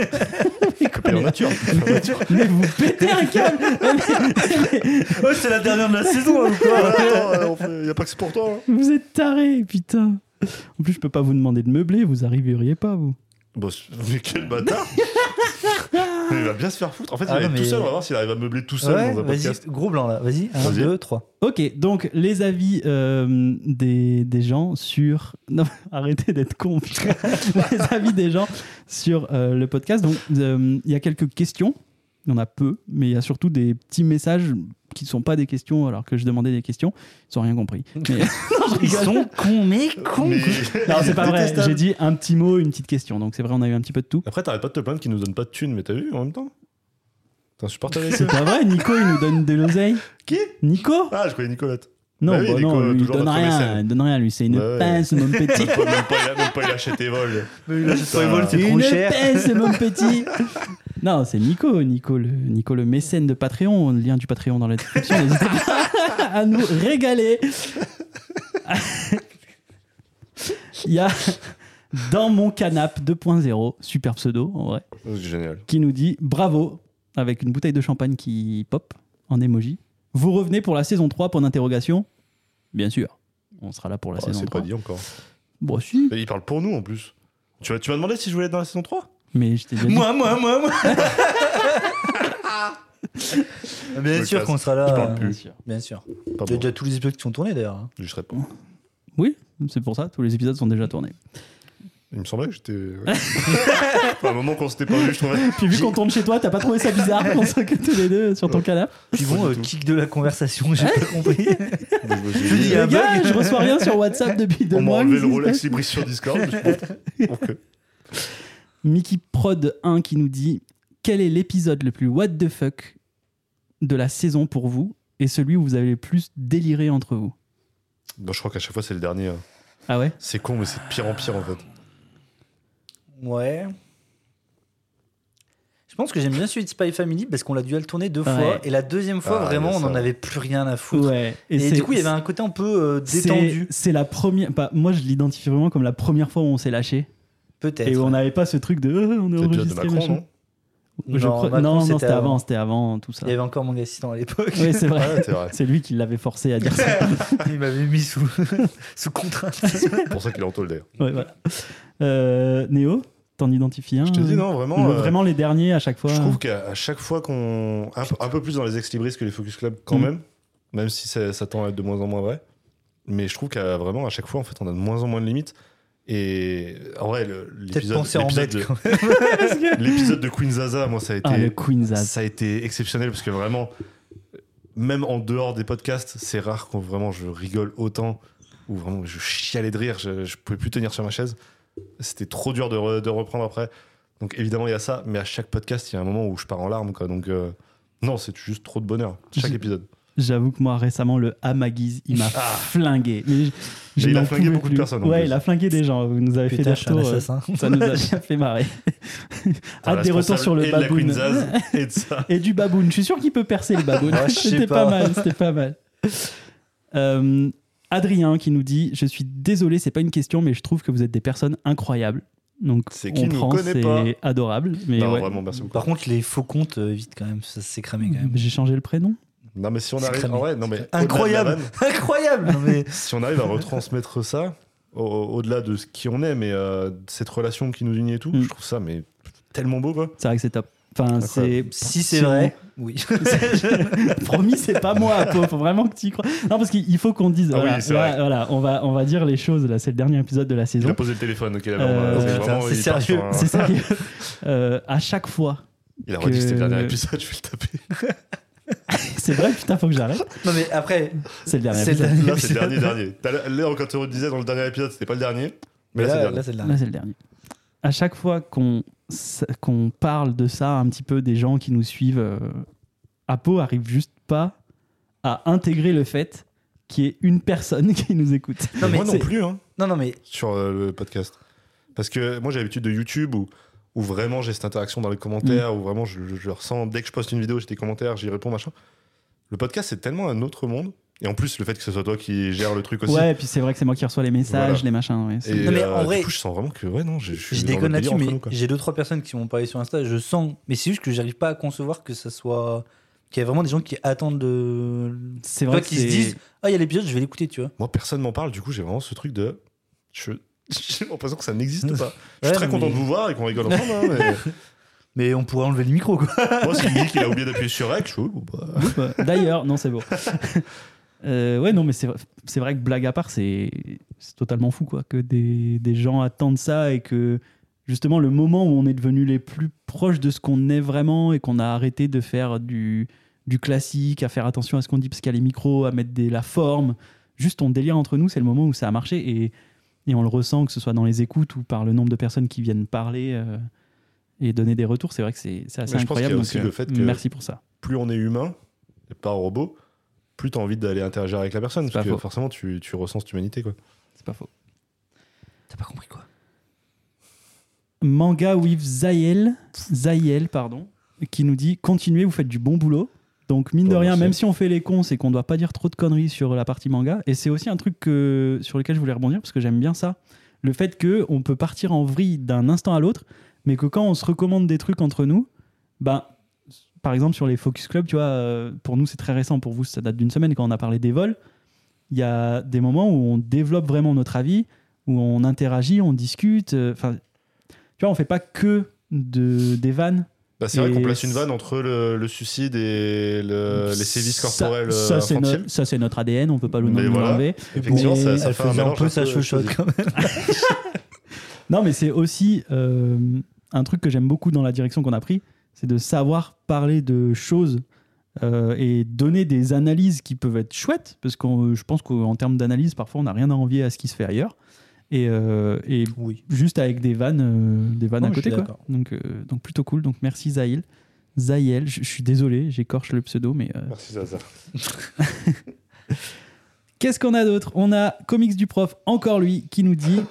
Et en nature. En nature. Mais vous pétez un câble oh, c'est la dernière de la saison. hein, ou Ah, quoi Il n'y a pas que c'est pour toi. hein. Vous êtes tarés, putain En plus, je peux pas vous demander de meubler, vous arriveriez pas, vous. Bah, c'est- mais quel bâtard Il va bien se faire foutre. En fait, Ah il va non, être tout mais- seul. On va voir s'il arrive à meubler tout seul Ouais, dans un vas-y, podcast. gros blanc là. Vas-y, 1, Vas-y. 2, 3. Ok, donc les avis euh, des, des gens sur... Non, arrêtez d'être con. putain. les avis des gens sur euh, le podcast. Donc, euh, il y a quelques questions. Il y en a peu, mais il y a surtout des petits messages qui ne sont pas des questions, alors que je demandais des questions. Ils n'ont rien compris. Mais- Non, je Ils rigole. sont cons, mais cons. Mais- Non, c'est pas vrai. Détestable. J'ai dit un petit mot, une petite question. Donc c'est vrai, on a eu un petit peu de tout. Après, t'arrêtes pas de te plaindre qu'ils nous donnent pas de thunes, mais t'as vu en même temps T'es insupportable avec C'est eux. pas vrai, Nico, il nous donne de l'oseille. Qui Nico Ah, je connais Nicolette. Non, Bah oui, bah Nico, non, lui, il toujours donne notre rien. mécène. Il donne rien, lui. C'est une Ouais, ouais. pince, mon petit. Même pas, même pas, il a- même pas il a acheté tes vols. Mais là, sur les vols, c'est une trop cher. pince, mon petit. Non, c'est Nico, Nico le, Nico, le mécène de Patreon. Le lien du Patreon dans la description. N'hésitez pas à nous régaler. Il y a dans mon canap 2.0, super pseudo en vrai. Oh, C'est génial. qui nous dit bravo avec une bouteille de champagne qui pop en emoji. Vous revenez pour la saison 3 pour l'interrogation Bien sûr. On sera là pour la Ah, saison c'est pas 3. dit encore. Bon, si. Mais il parle pour nous en plus. Tu m'as tu m'as demandé si je voulais être dans la saison 3 Mais je t'ai déjà dit. Moi, moi, moi, moi Je Ah, Bien me sûr casse. qu'on sera Je parle là. plus. Bien sûr. Bien sûr. Pas Il y a pour- déjà tous les épisodes qui sont tournés d'ailleurs. hein. Je serais pas. Oui, c'est pour ça, tous les épisodes sont déjà tournés. Il me semblait que j'étais. à un moment qu'on s'était pas vu, je trouvais. Puis vu qu'on tourne chez toi, t'as pas trouvé ça bizarre qu'on soit que tous les deux sur ton canapé Puis bon, euh, kick de la conversation, j'ai pas compris. Je me suis Je dis, dit, euh, Il Les y a gars, un bug. je reçois rien sur WhatsApp depuis deux on m'a mois. enlevé qu'est-ce qui se le Rolex passe Libris sur Discord. je me suis dit, bon, ok. Mickey Prod 1 qui nous dit Quel est l'épisode le plus what the fuck de la saison pour vous et celui où vous avez le plus déliré entre vous Bon, Bah, je crois qu'à chaque fois, c'est le dernier. hein. Ah ouais C'est con, mais c'est de pire en pire en fait. Ouais. Je pense que j'aime bien celui de Spy Family parce qu'on l'a dû le tourner deux Ouais. fois. Et la deuxième fois, Ah, vraiment, ça, on n'en ouais. avait plus rien à foutre. Ouais. Et, c'est- du coup, il y avait un côté un peu euh, c'est- détendu, C'est la première. bah, moi, je l'identifie vraiment comme la première fois où on s'est lâché peut-être. et où on n'avait pas ce truc de Ah, on est C'est l'épisode de enregistré. Macron, machin. non Je Non, crois- Macron, non, non, c'était c'était avant, avant. c'était avant tout ça. Il y avait encore mon assistant à l'époque. Oui, c'est vrai. Ouais, c'est vrai. C'est lui qui l'avait forcé à dire ça. il m'avait mis sous, sous contrainte. C'est pour ça qu'il est en taule d'ailleurs. Ouais, voilà. Euh, Néo, t'en identifies un Je te dis, euh, non, le- vraiment. euh, Vraiment les derniers à chaque fois. Je trouve qu'à à chaque fois qu'on. Un, peu- un peu plus dans les ex libris que les Focus Club, quand Mm. même, même si ça, ça tend à être de moins en moins vrai. Mais je trouve qu'à vraiment, à chaque fois, en fait, on a de moins en moins de limites. Et en vrai, le- Peut-être l'épisode penser en l'épisode bête. de, quand même. l'épisode de Queen Zaza, moi, ça a été, Ah, le Queen's Ass. ça a été exceptionnel parce que vraiment, même en dehors des podcasts, c'est rare qu'on vraiment je rigole autant ou vraiment je chialais de rire, je, je pouvais plus tenir sur ma chaise. C'était trop dur de, re- de reprendre après. Donc évidemment, il y a ça, mais à chaque podcast, il y a un moment où je pars en larmes. Quoi. Donc euh, non, c'est juste trop de bonheur, chaque J'ai- épisode. J'avoue que moi, récemment, le Amagiz, il m'a Ah. flingué. Mais je- je il a n'en flingué pouvais beaucoup de plus. personnes, en Ouais, plus. il a flingué des gens. Vous nous avez fait Putain, des je suis un retours. euh, assassin. Ça nous a bien fait marrer. Hâte des retours sur le et de la Queen baboon. Zaz et de ça. Et du baboon. Je suis sûr qu'il peut percer le baboon. Ah, je sais c'était pas. pas. mal. C'était pas mal. Euh, Adrien qui nous dit Je suis désolé, c'est pas une question, mais je trouve que vous êtes des personnes incroyables. Donc, C'est qui on nous prend, connaît pas. c'est adorable. Mais Non, ouais. vraiment, merci beaucoup. Par contre, les faux comptes, euh, vite quand même, ça s'est cramé quand même. J'ai changé le prénom. Non, mais si on C'est arrive. cramé. en vrai, non, mais au-delà de la Incroyable vanne, Incroyable Non, mais... si on arrive à retransmettre ça, au- au-delà de ce qui on est, mais euh, cette relation qui nous unit et tout, Mm. je trouve ça mais tellement beau quoi. C'est vrai que c'est top. Enfin, c'est Incroyable. Si c'est vrai, oui. Promis, c'est pas moi, Apo. Faut vraiment que tu y crois. Non, parce qu'il faut qu'on dise. Ah oui, voilà, c'est là, vrai. voilà, on va, on va dire les choses. Là, c'est le dernier épisode de la Il a saison. posé le téléphone, ok, là, Euh, on va- putain, vraiment, c'est il part sérieux, sur un- C'est ça. qui- Euh, à chaque fois, Il a redit que c'était le que- dernier épisode, je vais le taper. c'est vrai. Putain, faut que j'arrête. non, mais après, C'est le dernier C'est le épisode. dernier. Là, c'est le dernier, dernier. T'as l'air- Là, quand on disait dans le dernier épisode, c'était pas le dernier, mais là, c'est le là, dernier. là, c'est de la Là, c'est le dernier. À chaque fois qu'on s- qu'on parle de ça, un petit peu des gens qui nous suivent, euh, Apo arrive juste pas à intégrer le fait qu'il y ait une personne qui nous écoute. Non, mais moi non c'est- plus, hein, Non, non, mais sur euh, le podcast. Parce que moi, j'ai l'habitude de YouTube où, où vraiment j'ai cette interaction dans les commentaires, où vraiment je, je- je le ressens. Dès que je poste une vidéo, j'ai des commentaires, j'y réponds, machin. Le podcast, c'est tellement un autre monde. Et en plus, le fait que ce soit toi qui gère le truc aussi. Ouais, puis c'est vrai que c'est moi qui reçois les messages, Voilà. les machins. ouais, c'est- Et Non, mais euh, en vrai- du coup, je sens vraiment que ouais, non, je, je suis Je dans le délire déconne là-dessus, entre mais nous, quoi. j'ai deux trois personnes qui m'ont parlé sur Insta. Je sens, mais c'est juste que j'arrive pas à concevoir que ça soit qu'il y a vraiment des gens qui attendent de C'est Tu vrai vois, que qui se c'est- disent ah il y a l'épisode, je vais l'écouter, tu vois. Moi, personne m'en parle. Du coup, j'ai vraiment ce truc de. je- J'ai l'impression que ça n'existe pas. Je suis Ouais, très mais- content de vous voir et qu'on rigole ensemble. hein, mais... Mais on pourrait enlever le micro quoi. Moi, s'il me dit qu'il a oublié d'appuyer sur REC, je suis. oh, bah. D'ailleurs, non, c'est beau. Euh, ouais, non, mais c'est vrai- c'est vrai que blague à part, c'est c'est totalement fou, quoi, que des, des gens attendent ça et que justement le moment où on est devenu les plus proches de ce qu'on est vraiment et qu'on a arrêté de faire du, du classique, à faire attention à ce qu'on dit parce qu'il y a les micros, à mettre des, la forme, juste on délire entre nous, c'est le moment où ça a marché et, et on le ressent, que ce soit dans les écoutes ou par le nombre de personnes qui viennent parler euh, et donner des retours, c'est vrai que c'est c'est assez Mais je pense qu'il y a incroyable. aussi donc, le euh, fait que- Merci pour ça. Plus on est humain et pas robot, plus t'as envie d'aller interagir avec la personne. C'est Parce pas que faux. forcément, tu, tu ressens cette humanité. Quoi. C'est pas faux. T'as pas compris quoi Manga with Zayel, Zayel pardon, qui nous dit continuez, vous faites du bon boulot. Donc mine de Bon, rien, merci. même si on fait les cons, c'est qu'on doit pas dire trop de conneries sur la partie manga. Et c'est aussi un truc que- sur lequel je voulais rebondir parce que j'aime bien ça, le fait que on peut partir en vrille d'un instant à l'autre, mais que quand on se recommande des trucs entre nous, bah par exemple sur les focus club, tu vois, euh, pour nous c'est très récent, pour vous ça date d'une semaine quand on a parlé des vols. Il y a des moments où on développe vraiment notre avis où on interagit, on discute. euh, Enfin, tu vois, on fait pas que de, des vannes. Bah, c'est vrai Et qu'on place une c'est- vanne entre le, le suicide et le- Euh, les sévices Ça- corporels Ça, euh, c'est infantiles. notre- ça, c'est notre ADN, on peut pas le Mais nous voilà. l'enlever. Effectivement, Mais ça, ça Elle fait un faisait un mélange peu sa peu- chochotte quand même. Non, mais c'est aussi euh, un truc que j'aime beaucoup dans la direction qu'on a pris, c'est de savoir parler de choses euh, et donner des analyses qui peuvent être chouettes, parce que je pense qu'en termes d'analyse, parfois, on n'a rien à envier à ce qui se fait ailleurs. Et, euh, et Oui. juste avec des vannes, euh, des vannes Non, à je suis côté, quoi. d'accord. Donc, euh, donc plutôt cool. Donc merci Zahil. Zahil, je, je suis désolé, j'écorche le pseudo, mais euh, Merci, Zaza. qu'est-ce qu'on a d'autre On a Comics du prof, encore lui, qui nous dit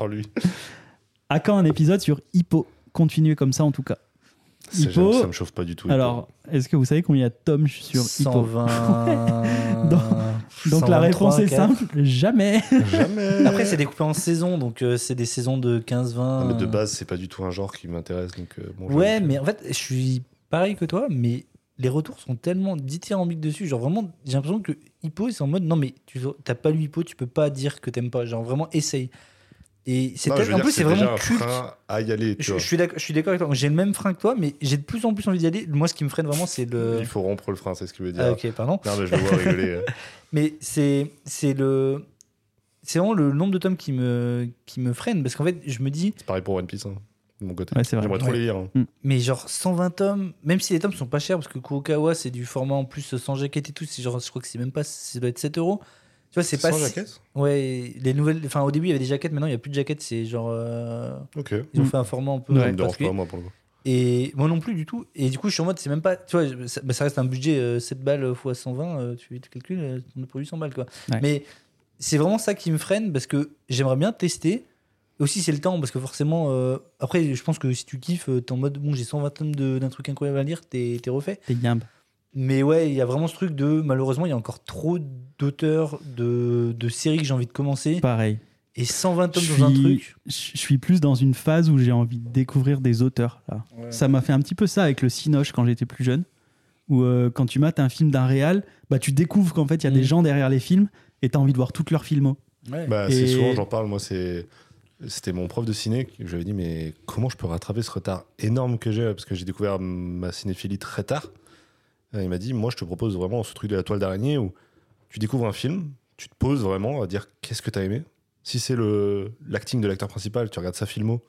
Oh, lui. à quand un épisode sur Hippo Continuez comme ça en tout cas. C'est- j'aime- Hippo. Ça me chauffe pas du tout. Hippo. Alors, est-ce que vous savez combien il y a de tomes sur Hippo 120. Donc la 123, réponse est 4. simple, jamais. jamais. Après, c'est découpé en saisons, donc euh, c'est des saisons de 15-20. Non, Ah, mais de base, c'est pas du tout un genre qui m'intéresse. Donc, euh, bon, Ouais, je- mais en fait, je suis pareil que toi, mais les retours sont tellement dithyrambiques dessus. Genre, vraiment, j'ai l'impression que Hippo, c'est en mode non, mais tu t'as pas lu Hippo, tu peux pas dire que t'aimes pas. Genre, vraiment, essaye. Et c'est Non, tel- je veux en dire, plus, c'est vraiment déjà un culte. frein à y aller. tu Je, vois. je suis d'accord- je suis d'accord avec toi. J'ai le même frein que toi, mais j'ai de plus en plus envie d'y aller. Moi, ce qui me freine vraiment, c'est le. Il faut rompre le frein, c'est ce qu'il veut dire. Ah, euh. ok, pardon. Non, mais je le vois rigoler. euh. Mais c'est c'est le c'est vraiment le nombre de tomes qui me qui me freine parce qu'en fait je me dis C'est pareil pour One Piece, hein, de mon côté. Ouais, c'est vrai. J'aimerais trop les lire. hein. mais genre 120 tomes même si les tomes sont pas chers parce que Kurokawa c'est du format en plus sans jaquette et tout c'est genre je crois que c'est même pas ça doit être 7 euros tu vois c'est pas Sans jaquette ouais les nouvelles enfin au début il y avait des jaquettes maintenant il y a plus de jaquettes c'est genre euh, Ok. ils ont Mm. fait un format un peu Ça me dérange particulier. pas, moi, pour le coup. et moi non plus du tout et du coup je suis en mode c'est même pas tu vois je- ça, bah, ça reste un budget euh, 7 balles x 120 euh, tu, tu calcules euh, on a pour 800 balles quoi Ouais. mais c'est vraiment ça qui me freine parce que j'aimerais bien tester aussi c'est le temps parce que forcément euh, après je pense que si tu kiffes euh, t'es en mode bon j'ai 120 tomes de- d'un truc incroyable à lire t'es t'es refait T'es guimbe. mais ouais, il y a vraiment ce truc de malheureusement, il y a encore trop d'auteurs de, de séries que j'ai envie de commencer Pareil. et 120 tomes Je dans un suis- truc. Je je suis plus dans une phase où j'ai envie de découvrir des auteurs. Là. Ça m'a fait un petit peu ça avec le Cinoche quand j'étais plus jeune, où euh, quand tu mates un film d'un réal, bah, tu découvres qu'en fait il y a des Mm. gens derrière les films et t'as envie de voir toutes leurs filmos. Bah, Et- c'est souvent, j'en parle, moi, c'est. C'était mon prof de ciné qui je lui avais dit mais comment je peux rattraper ce retard énorme que j'ai parce que j'ai découvert ma cinéphilie très tard. Et il m'a dit moi je te propose vraiment ce truc de la toile d'araignée où tu découvres un film, tu te poses vraiment à dire qu'est-ce que t'as aimé. Si c'est le l'acting de l'acteur principal, tu regardes sa filmo,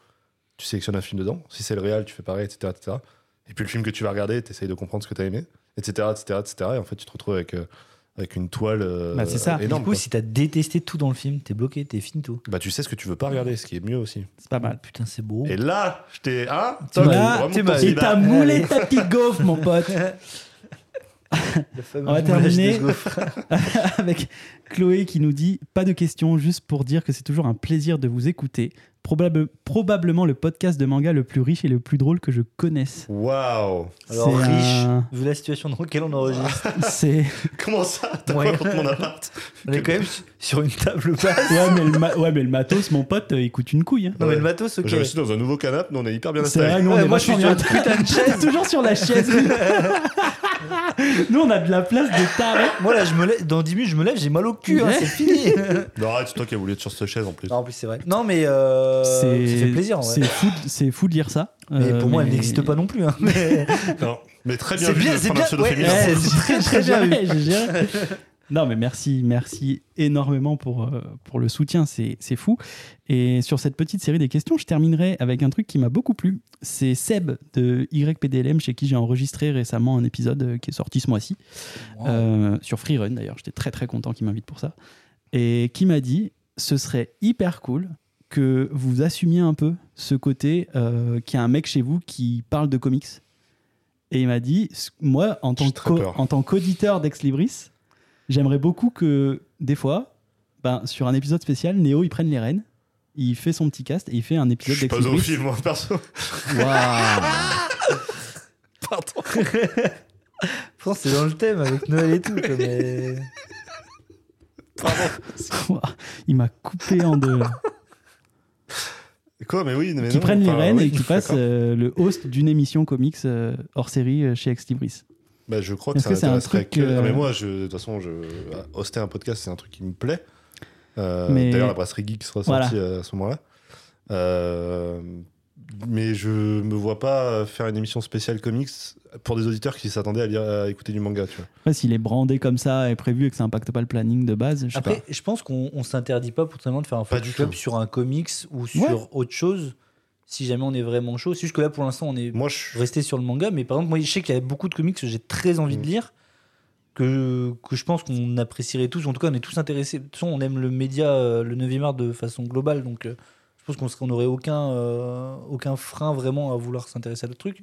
tu sélectionnes un film dedans. Si c'est le réal, tu fais pareil, etc., etc. Et puis le film que tu vas regarder, tu essayes de comprendre ce que t'as aimé, etc., etc., etc. Et en fait tu te retrouves avec euh, avec une toile euh, Bah, c'est ça. énorme. du coup, quoi. si t'as détesté tout dans le film, t'es bloqué, t'es finito. Bah, tu sais ce que tu veux pas regarder, ce qui est mieux aussi. C'est pas mal. Putain, c'est beau. Et là, je t'ai. Hein T'es Tom, là, vraiment t'es ton mal. Et style, t'as là. moulé Allez. ta petite gaufre, mon pote, Le fameux On va moulage terminer. de gaufres. avec Chloé qui nous dit Pas de questions, juste pour dire que c'est toujours un plaisir de vous écouter. Probable- probablement le podcast de manga le plus riche et le plus drôle que je connaisse. Waouh Alors, C'est riche, un- vu la situation dans laquelle on enregistre, C'est. Comment ça Ah, T'as Ouais. quoi contre mon appart on est quand même sur une table basse. Ouais mais, le ma- ouais, mais le matos, mon pote, euh, il coûte une couille. hein. Non, mais Ouais. le matos, ok. J'ai réussi dans un nouveau canapé, nous on est hyper bien C'est installés. vrai, nous, on Ouais, est moi, je suis vachement sur bien. T'es toujours sur la chaise. nous, on a de la place de taré. Moi, là, je me lève, dans 10 minutes, je me lève, j'ai mal au cul, hein, c'est fini. Non, arrête, c'est toi qui as voulu être sur cette chaise en plus. non, en plus, c'est vrai. Non, mais euh, ça fait plaisir. en vrai. C'est fou, de- c'est fou de lire ça. Mais Euh, pour moi, elle mais- n'existe pas non plus. hein, mais- Non, mais très bien C'est vu bien, de c'est prendre un bien, pseudo ouais, féminin. Ouais, C'est j'ai- très, très j'ai bien géré, j'ai géré. Non, mais merci, merci énormément pour, euh, pour le soutien, c'est c'est fou. Et sur cette petite série des questions, je terminerai avec un truc qui m'a beaucoup plu. C'est Seb de YPDLM, chez qui j'ai enregistré récemment un épisode euh, qui est sorti ce mois-ci. Euh, sur Free Run d'ailleurs. J'étais très très content qu'il m'invite pour ça. Et qui m'a dit ce serait hyper cool que vous assumiez un peu ce côté euh, qu'il y a un mec chez vous qui parle de comics. Et il m'a dit s- moi, en tant J'ai très qu'au- peur. en tant qu'auditeur d'Ex Libris, j'aimerais beaucoup que des fois, ben, sur un épisode spécial, Néo il prenne les rênes. Il fait son petit cast et il fait un Je épisode suis d'Ex pas au Libris. film, moi, perso. Pardon. Pourtant, c'est dans le thème avec Noël et tout. quoi, mais- Waouh. il m'a coupé en deux. là. Quoi, mais oui, mais qui non, prennent les enfin, rênes oui, et qui passent d'accord. euh, le host d'une émission comics euh, hors série euh, chez Ex Libris. Bah, je crois que Est-ce ça que c'est un m'intéresserait truc, que. Ah, euh, mais moi, je- de toute façon, je... hoster un podcast, c'est un truc qui me plaît. Euh, Mais- D'ailleurs, la brasserie geek sera sortie euh, à ce moment-là. Euh, mais je me vois pas faire une émission spéciale comics pour des auditeurs qui s'attendaient à, lire- à écouter du manga. Tu vois. Après, s'il est brandé comme ça et prévu et que ça impacte pas le planning de base, je sais Après, je pense qu'on on s'interdit pas potentiellement de faire un Pas focus du club tout. sur un comics ou sur Ouais. autre chose, si jamais on est vraiment chaud. C'est juste que là, pour l'instant, on est Moi, je, resté sur le manga. Mais par exemple, moi, je sais qu'il y a beaucoup de comics que j'ai très Mm. envie de lire, que, que je pense qu'on apprécierait tous. En tout cas, on est tous intéressés. De toute façon, on aime le média, euh, le 9e art de façon globale. Donc, euh, je pense qu'on serait- on n'aurait aucun, euh, aucun frein vraiment à vouloir s'intéresser à le truc.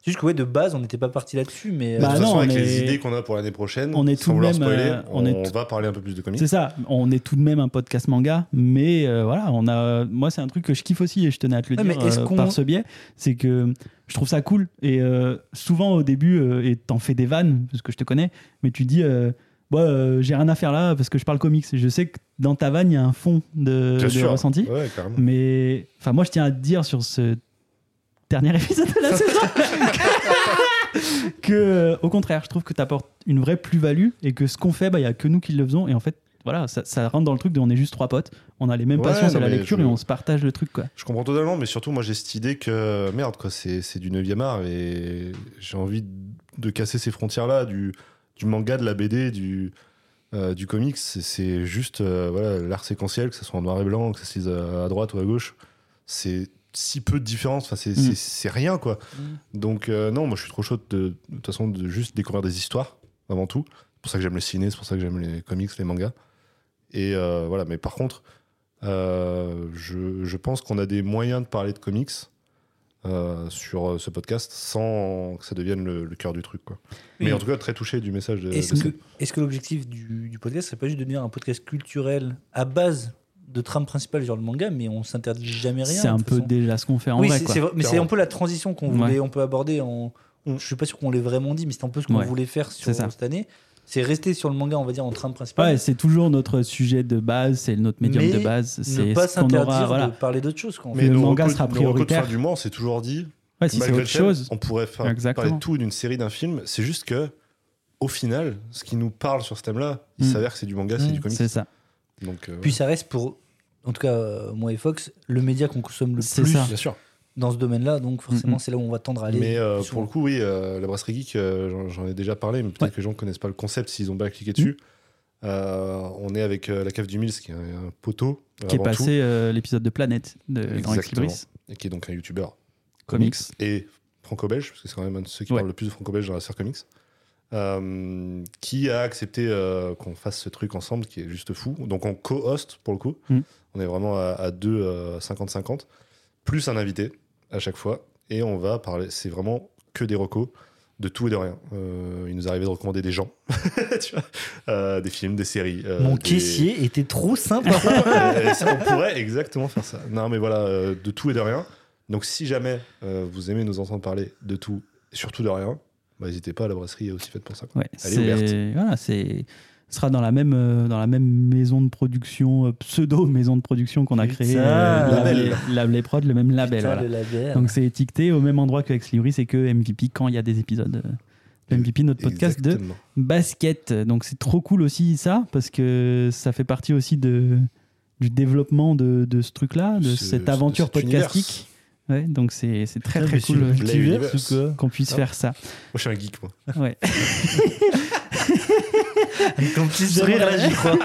C'est juste que, ouais, de base, on n'était pas parti là-dessus. Mais euh, de Bah toute non, façon, avec mais- les idées qu'on a pour l'année prochaine, On est sans tout de vouloir même, spoiler, euh, on on, est tout- va parler un peu plus de comics. C'est ça, on est tout de même un podcast manga, mais euh, voilà, on a, moi c'est un truc que je kiffe aussi et je tenais à te le Ah, dire mais est-ce euh, qu'on- par ce biais, c'est que je trouve ça cool et euh, souvent au début, euh, et t'en fais des vannes, parce que je te connais, mais tu dis, euh, Bah, euh, j'ai rien à faire là parce que je parle comics, Et je sais que dans ta vanne il y a un fond de, Bien de sûr. ressenti, Ouais, carrément. mais enfin moi je tiens à te dire sur ce dernier épisode de la saison que euh, au contraire je trouve que tu apportes une vraie plus-value et que ce qu'on fait bah il y a que nous qui le faisons et en fait voilà ça, ça rentre dans le truc de on est juste trois potes on a les mêmes Ouais, passions c'est non, la mais lecture je- et on se partage le truc quoi Je comprends totalement, mais surtout, moi, j'ai cette idée que merde, quoi, c'est, c'est du 9e art et j'ai envie de, de casser ces frontières-là, du, du manga, de la BD, du, euh, du comics. C'est, c'est juste euh, voilà, l'art séquentiel, que ce soit en noir et blanc, que ça se lise à, à droite ou à gauche. C'est si peu de différence, enfin, c'est, c'est, Mm. c'est rien, quoi. Mm. Donc, euh, non, moi, je suis trop chaud de, de toute façon de juste découvrir des histoires avant tout. C'est pour ça que j'aime le ciné, c'est pour ça que j'aime les comics, les mangas. Et euh, voilà, mais par contre, euh, je, je pense qu'on a des moyens de parler de comics euh, sur euh, ce podcast sans que ça devienne le, le cœur du truc. Quoi. Mais Oui. en tout cas, très touché du message de, Est-ce de Euh, que, Seb. est-ce que l'objectif du, du podcast, c'est pas juste de devenir un podcast culturel à base de trame principale genre le manga, mais on s'interdit jamais rien c'est de un toute peu façon. déjà ce qu'on fait en oui, vrai c'est- quoi. c'est vrai, mais c'est Clairement. Mm. un peu la transition qu'on Ouais. voulait, on peut aborder. En, on- je suis pas sûr qu'on l'ait vraiment dit, mais c'est un peu ce qu'on Ouais. voulait faire sur C'est ça. cette année. C'est rester sur le manga, on va dire, en trame principale. Ouais, c'est toujours notre sujet de base, c'est notre médium Mais de base, ne c'est pas ce qu'on s'interdire aura. Voilà. de parler d'autres choses. Quoi, en Mais- le nos manga recos- sera nos recos de prioritaire. fin du mois, on s'est toujours dit, Ouais, si c'est malgré autre le thème, chose, on pourrait faire Exactement. parler de tout, d'une série, d'un film. C'est juste que, au final, ce qui nous parle sur ce thème-là, il Mm. s'avère que c'est du manga, c'est Mm. du comics. c'est ça. Donc, euh, fait. Puis ça reste pour, en tout cas, euh, moi et Fox, le média qu'on consomme le C'est plus ça. bien sûr. dans ce domaine-là. Donc forcément, c'est là où on va tendre à aller. Mais euh, pour souvent. le coup, oui, euh, la brasserie geek, euh, j'en- j'en ai déjà parlé, mais peut-être Ouais. Mm. que les gens ne connaissent pas le concept s'ils n'ont pas cliqué dessus. Euh, on est avec euh, la cave du Mills, qui est un, un poteau. Qui est avant tout, passé euh, l'épisode de Planète de Grand Rex Exactement. Libris. et qui est donc un youtubeur Comics. et franco-belge, parce que c'est quand même un de ceux qui Ouais. parlent le plus de franco-belge dans la sphère comics, euh, qui a accepté euh, qu'on fasse ce truc ensemble, qui est juste fou. Donc on co-host pour le coup. Hmm. Mm. On est vraiment à, à deux, euh, 50-50, plus un invité à chaque fois. Et on va parler, c'est vraiment que des recos, de tout et de rien. Euh, il nous arrivait de recommander des gens, tu vois, euh, des films, des séries. euh, Mon des- caissier était trop sympa. euh, ça, on pourrait exactement faire ça. Non, mais voilà, euh, de tout et de rien. Donc, si jamais euh, vous aimez nous entendre parler de tout et surtout de rien, bah, n'hésitez pas, la brasserie est aussi faite pour ça. quoi. Ouais, Elle est c'est voilà, c'est ce sera dans la même euh, dans la même maison de production euh, pseudo maison de production qu'on a Putain, créée, euh, label. Lab- Lab- Les Prod, le même label. Putain, voilà. le label. Donc c'est étiqueté au même endroit que Ex Libris et que MVP quand il y a des épisodes. euh, de MVP, notre podcast de Exactement. basket. Donc c'est trop cool aussi ça, parce que ça fait partie aussi de, du développement de, de ce truc-là, de Ce- cette ce- aventure cet podcastique. univers. Ouais, donc c'est c'est très Putain, très cool mais c'est euh, le multivers, Universe. ou quoi qu'on puisse Ah. faire ça. Moi, je suis un geek, moi. Ouais. Ton petit sourire là, j'y crois.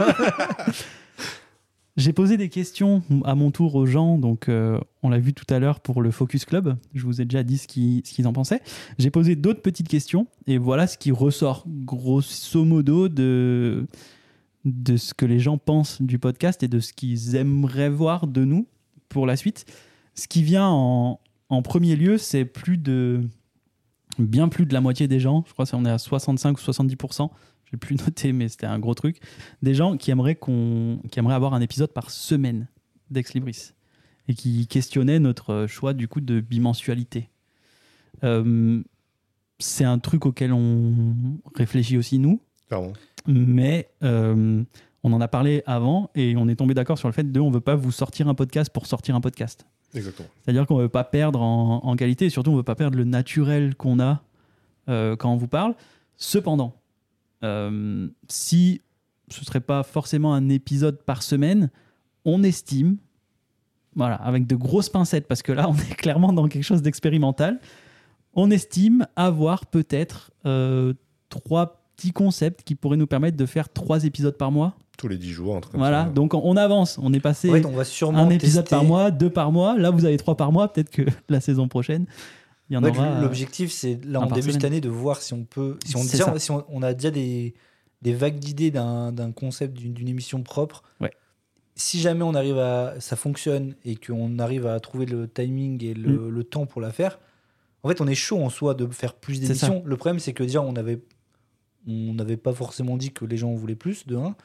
J'ai posé des questions à mon tour aux gens, donc euh, on l'a vu tout à l'heure pour le Focus Club, je vous ai déjà dit ce qui- ce qu'ils en pensaient. J'ai posé d'autres petites questions, et voilà ce qui ressort grosso modo de, de ce que les gens pensent du podcast et de ce qu'ils aimeraient voir de nous pour la suite. Ce qui vient en, en premier lieu, c'est plus de bien plus de la moitié des gens, je crois qu'on est à 65 ou 70%, j'ai plus noté mais c'était un gros truc, des gens qui aimeraient, qu'on, qui aimeraient avoir un épisode par semaine d'Ex Libris et qui questionnaient notre choix du coup de bimensualité. Euh, c'est un truc auquel on réfléchit aussi nous, Clairement. mais euh, on en a parlé avant et on est tombé d'accord sur le fait de on veut pas vous sortir un podcast pour sortir un podcast. Exactement. C'est-à-dire qu'on ne veut pas perdre en, en qualité et surtout on ne veut pas perdre le naturel qu'on a euh, quand on vous parle. Cependant, euh, si ce serait pas forcément un épisode par semaine. On estime, voilà, avec de grosses pincettes, parce que là, on est clairement dans quelque chose d'expérimental. On estime avoir peut-être euh, trois petits concepts qui pourraient nous permettre de faire trois épisodes par mois. Tous les 10 jours, en tout cas. Voilà, donc on- on avance. On est passé En fait, on va sûrement un épisode tester- par mois, deux par mois. Là, vous avez trois par mois. Peut-être que la saison prochaine, il y en Ouais, aura. euh, L'objectif, c'est là, un on par début semaine. cette année de voir si on peut, si on, C'est déjà- ça. si on, on a déjà des, des vagues d'idées d'un d'un concept, d'une d'une émission propre. Ouais. Si jamais on arrive à, ça fonctionne et qu'on arrive à trouver le timing et Mm. le, le temps pour la faire, en fait, on est chaud en soi de faire plus C'est ça. d'émissions. Le problème, c'est que déjà, on avait, on n'avait pas forcément dit que les gens en voulaient plus. De un,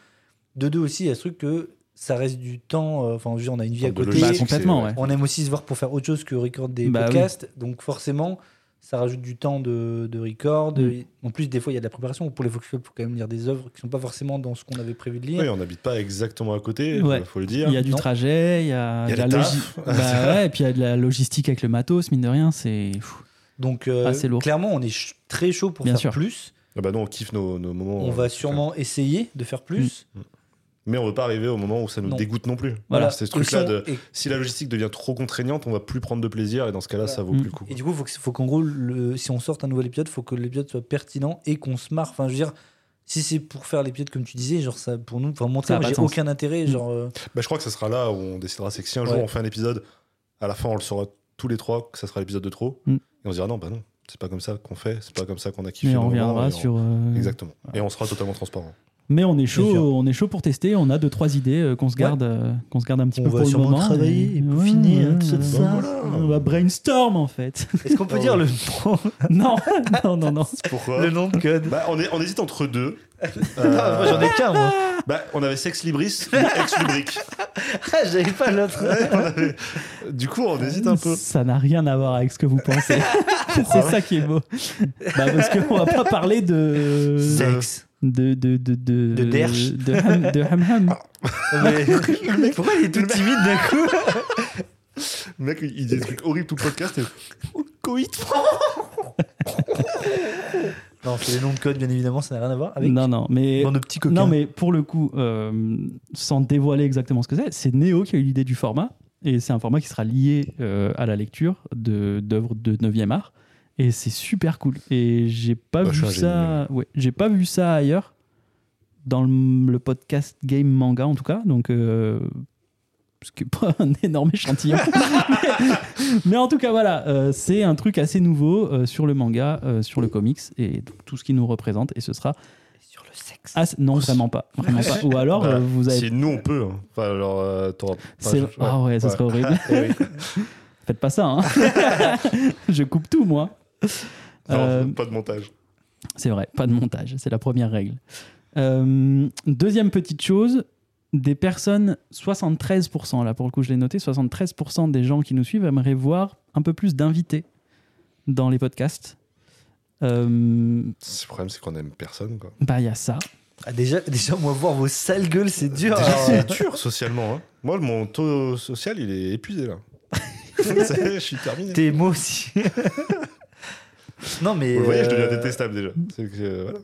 de deux aussi, il y a ce truc que ça reste du temps. euh, Enfin, je veux dire, on a une vie à Temps de côté. logistique. bah, complètement, ouais. On aime aussi se voir pour faire autre chose que record des Bah oui. podcasts. Donc forcément, ça rajoute du temps de, de record. Mm. En plus, des fois, il y a de la préparation. Pour les focus club, il faut quand même lire des œuvres qui sont pas forcément dans ce qu'on avait prévu de lire. Oui, on n'habite pas exactement à côté, Ouais. il faut le dire. Il y a du Non. trajet, il y a, Il y a de la le taf. logi- bah ouais, et puis il y a de la logistique avec le matos, mine de rien, c'est pff, Donc euh, Ah, c'est lourd. clairement, on est ch- très chaud pour Bien faire sûr. plus. Ah bah non, on kiffe nos, nos moments. on euh, va sûrement essayer de faire plus. Mais on veut pas arriver au moment où ça nous Non. dégoûte non plus. Mm. Voilà. C'est ce Et truc-là si on- de. et- Si la logistique devient trop contraignante, on va plus prendre de plaisir et dans ce cas-là, Voilà. ça vaut Mm. plus le coup. Et du coup, faut que- faut qu'en gros, le, si on sorte un nouvel épisode, faut que l'épisode soit pertinent et qu'on se marre. Enfin, je veux dire, si c'est pour faire l'épisode comme tu disais, genre ça, pour nous, pour monter, Ça a pas de j'ai sens. aucun intérêt. Mm. Genre, euh, Bah, je crois que ça sera là où on décidera. C'est que si un Ouais. jour on fait un épisode, à la fin on le saura tous les trois que ça sera l'épisode de trop. Mm. Et on se dira non, bah non, c'est pas comme ça qu'on fait, c'est pas comme ça qu'on a kiffé. mais on nos moments, reviendra et on- sur. euh, Exactement. Et on sera totalement transparent. Mais on est chaud, sûr. on est chaud pour tester. On a deux trois idées euh, qu'on se garde, euh, qu'on se garde un petit On peu va pour le sûrement moment. travailler et Ouais, peaufiner, ouais, hein, tout ça, ouais. tout ça. Voilà. On va brainstorm en fait. Est-ce qu'on peut Oh. dire le nom, non, non, non, non. Pourquoi le nom de code bah, on, est, on hésite entre deux. Ah, moi, Euh, J'en ai qu'un, moi. bah, on avait Sex Libris ou Ex Lubric. Ah, J'avais pas l'autre. Ouais, on avait- Du coup, on hésite un peu. Ça n'a rien à voir avec ce que vous pensez. c'est ça qui est beau. bah parce qu'on va pas parler de Sexe. de de de de De derche. de ham de ham ham. Mais- Pourquoi il est tout timide d'un coup Le mec, il dit des trucs horribles tout le podcast. Et... Coït Non, c'est les noms de code, bien évidemment, ça n'a rien à voir avec Non non, mais mon petit coquin. Non, mais pour le coup, euh, sans dévoiler exactement ce que c'est, c'est Néo qui a eu l'idée du format. Et c'est un format qui sera lié euh, à la lecture de- d'œuvres de, 9e art. Et c'est super cool. Et j'ai pas, Bah, je vu suis ça... ouais, j'ai pas vu ça ailleurs, dans le, le podcast Game Manga en tout cas. Donc. euh, ce qui n'est pas un énorme échantillon. mais, mais en tout cas, voilà, euh, c'est un truc assez nouveau euh, sur le manga, euh, sur le comics et donc tout ce qui nous représente. Et ce sera Sur le sexe. ah, c- non, vraiment pas. Vraiment pas. Ou alors, Voilà. euh, vous avez. Si nous, on peut. hein. Enfin, alors, euh, t'auras pas- c'est- je- Ah ouais, ça Ouais. serait horrible. Eh oui. Faites pas ça, hein. Je coupe tout, moi. Non, Euh, Pas de montage. c'est vrai, pas de montage, c'est la première règle. Euh, deuxième petite chose, des personnes, 73%, là pour le coup je l'ai noté, 73% des gens qui nous suivent aimeraient voir un peu plus d'invités dans les podcasts. Euh, Le problème, c'est qu'on aime personne. Quoi. bah il y a ça. Ah, déjà, déjà, moi, voir vos sales gueules, c'est dur. Ah. Déjà, Alors, Oh. c'est dur socialement. hein. Moi, mon taux social, il est épuisé là. C'est- je suis terminé. tes mots aussi. non, mais. Vous le voyez, je deviens euh, détestable déjà. C'est que, euh, voilà.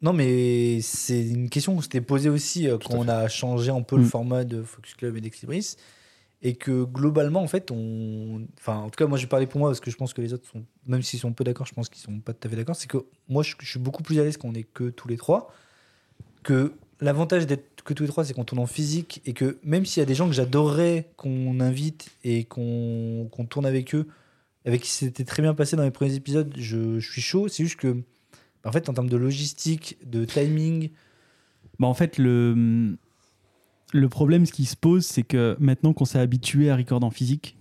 Non, mais c'est une question qu'on s'était posée aussi euh, quand à on a changé un peu Mm. le format de Focus Club et d'Exlibris. Et que globalement, en fait, on. Enfin, en tout cas, moi, je vais parler pour moi parce que je pense que les autres sont. Même s'ils sont peu d'accord, je pense qu'ils sont pas tout à fait d'accord. C'est que moi, je, je suis beaucoup plus à l'aise qu'on est que tous les trois. Que l'avantage d'être que tous les trois, c'est qu'on tourne en physique et que même s'il y a des gens que j'adorerais qu'on invite et qu'on qu'on tourne avec eux, avec qui c'était très bien passé dans les premiers épisodes, je, je suis chaud. C'est juste que. En fait, en termes de logistique, de timing, Bah, en fait, le, le problème, ce qui se pose, c'est que maintenant qu'on s'est habitué à record en physique,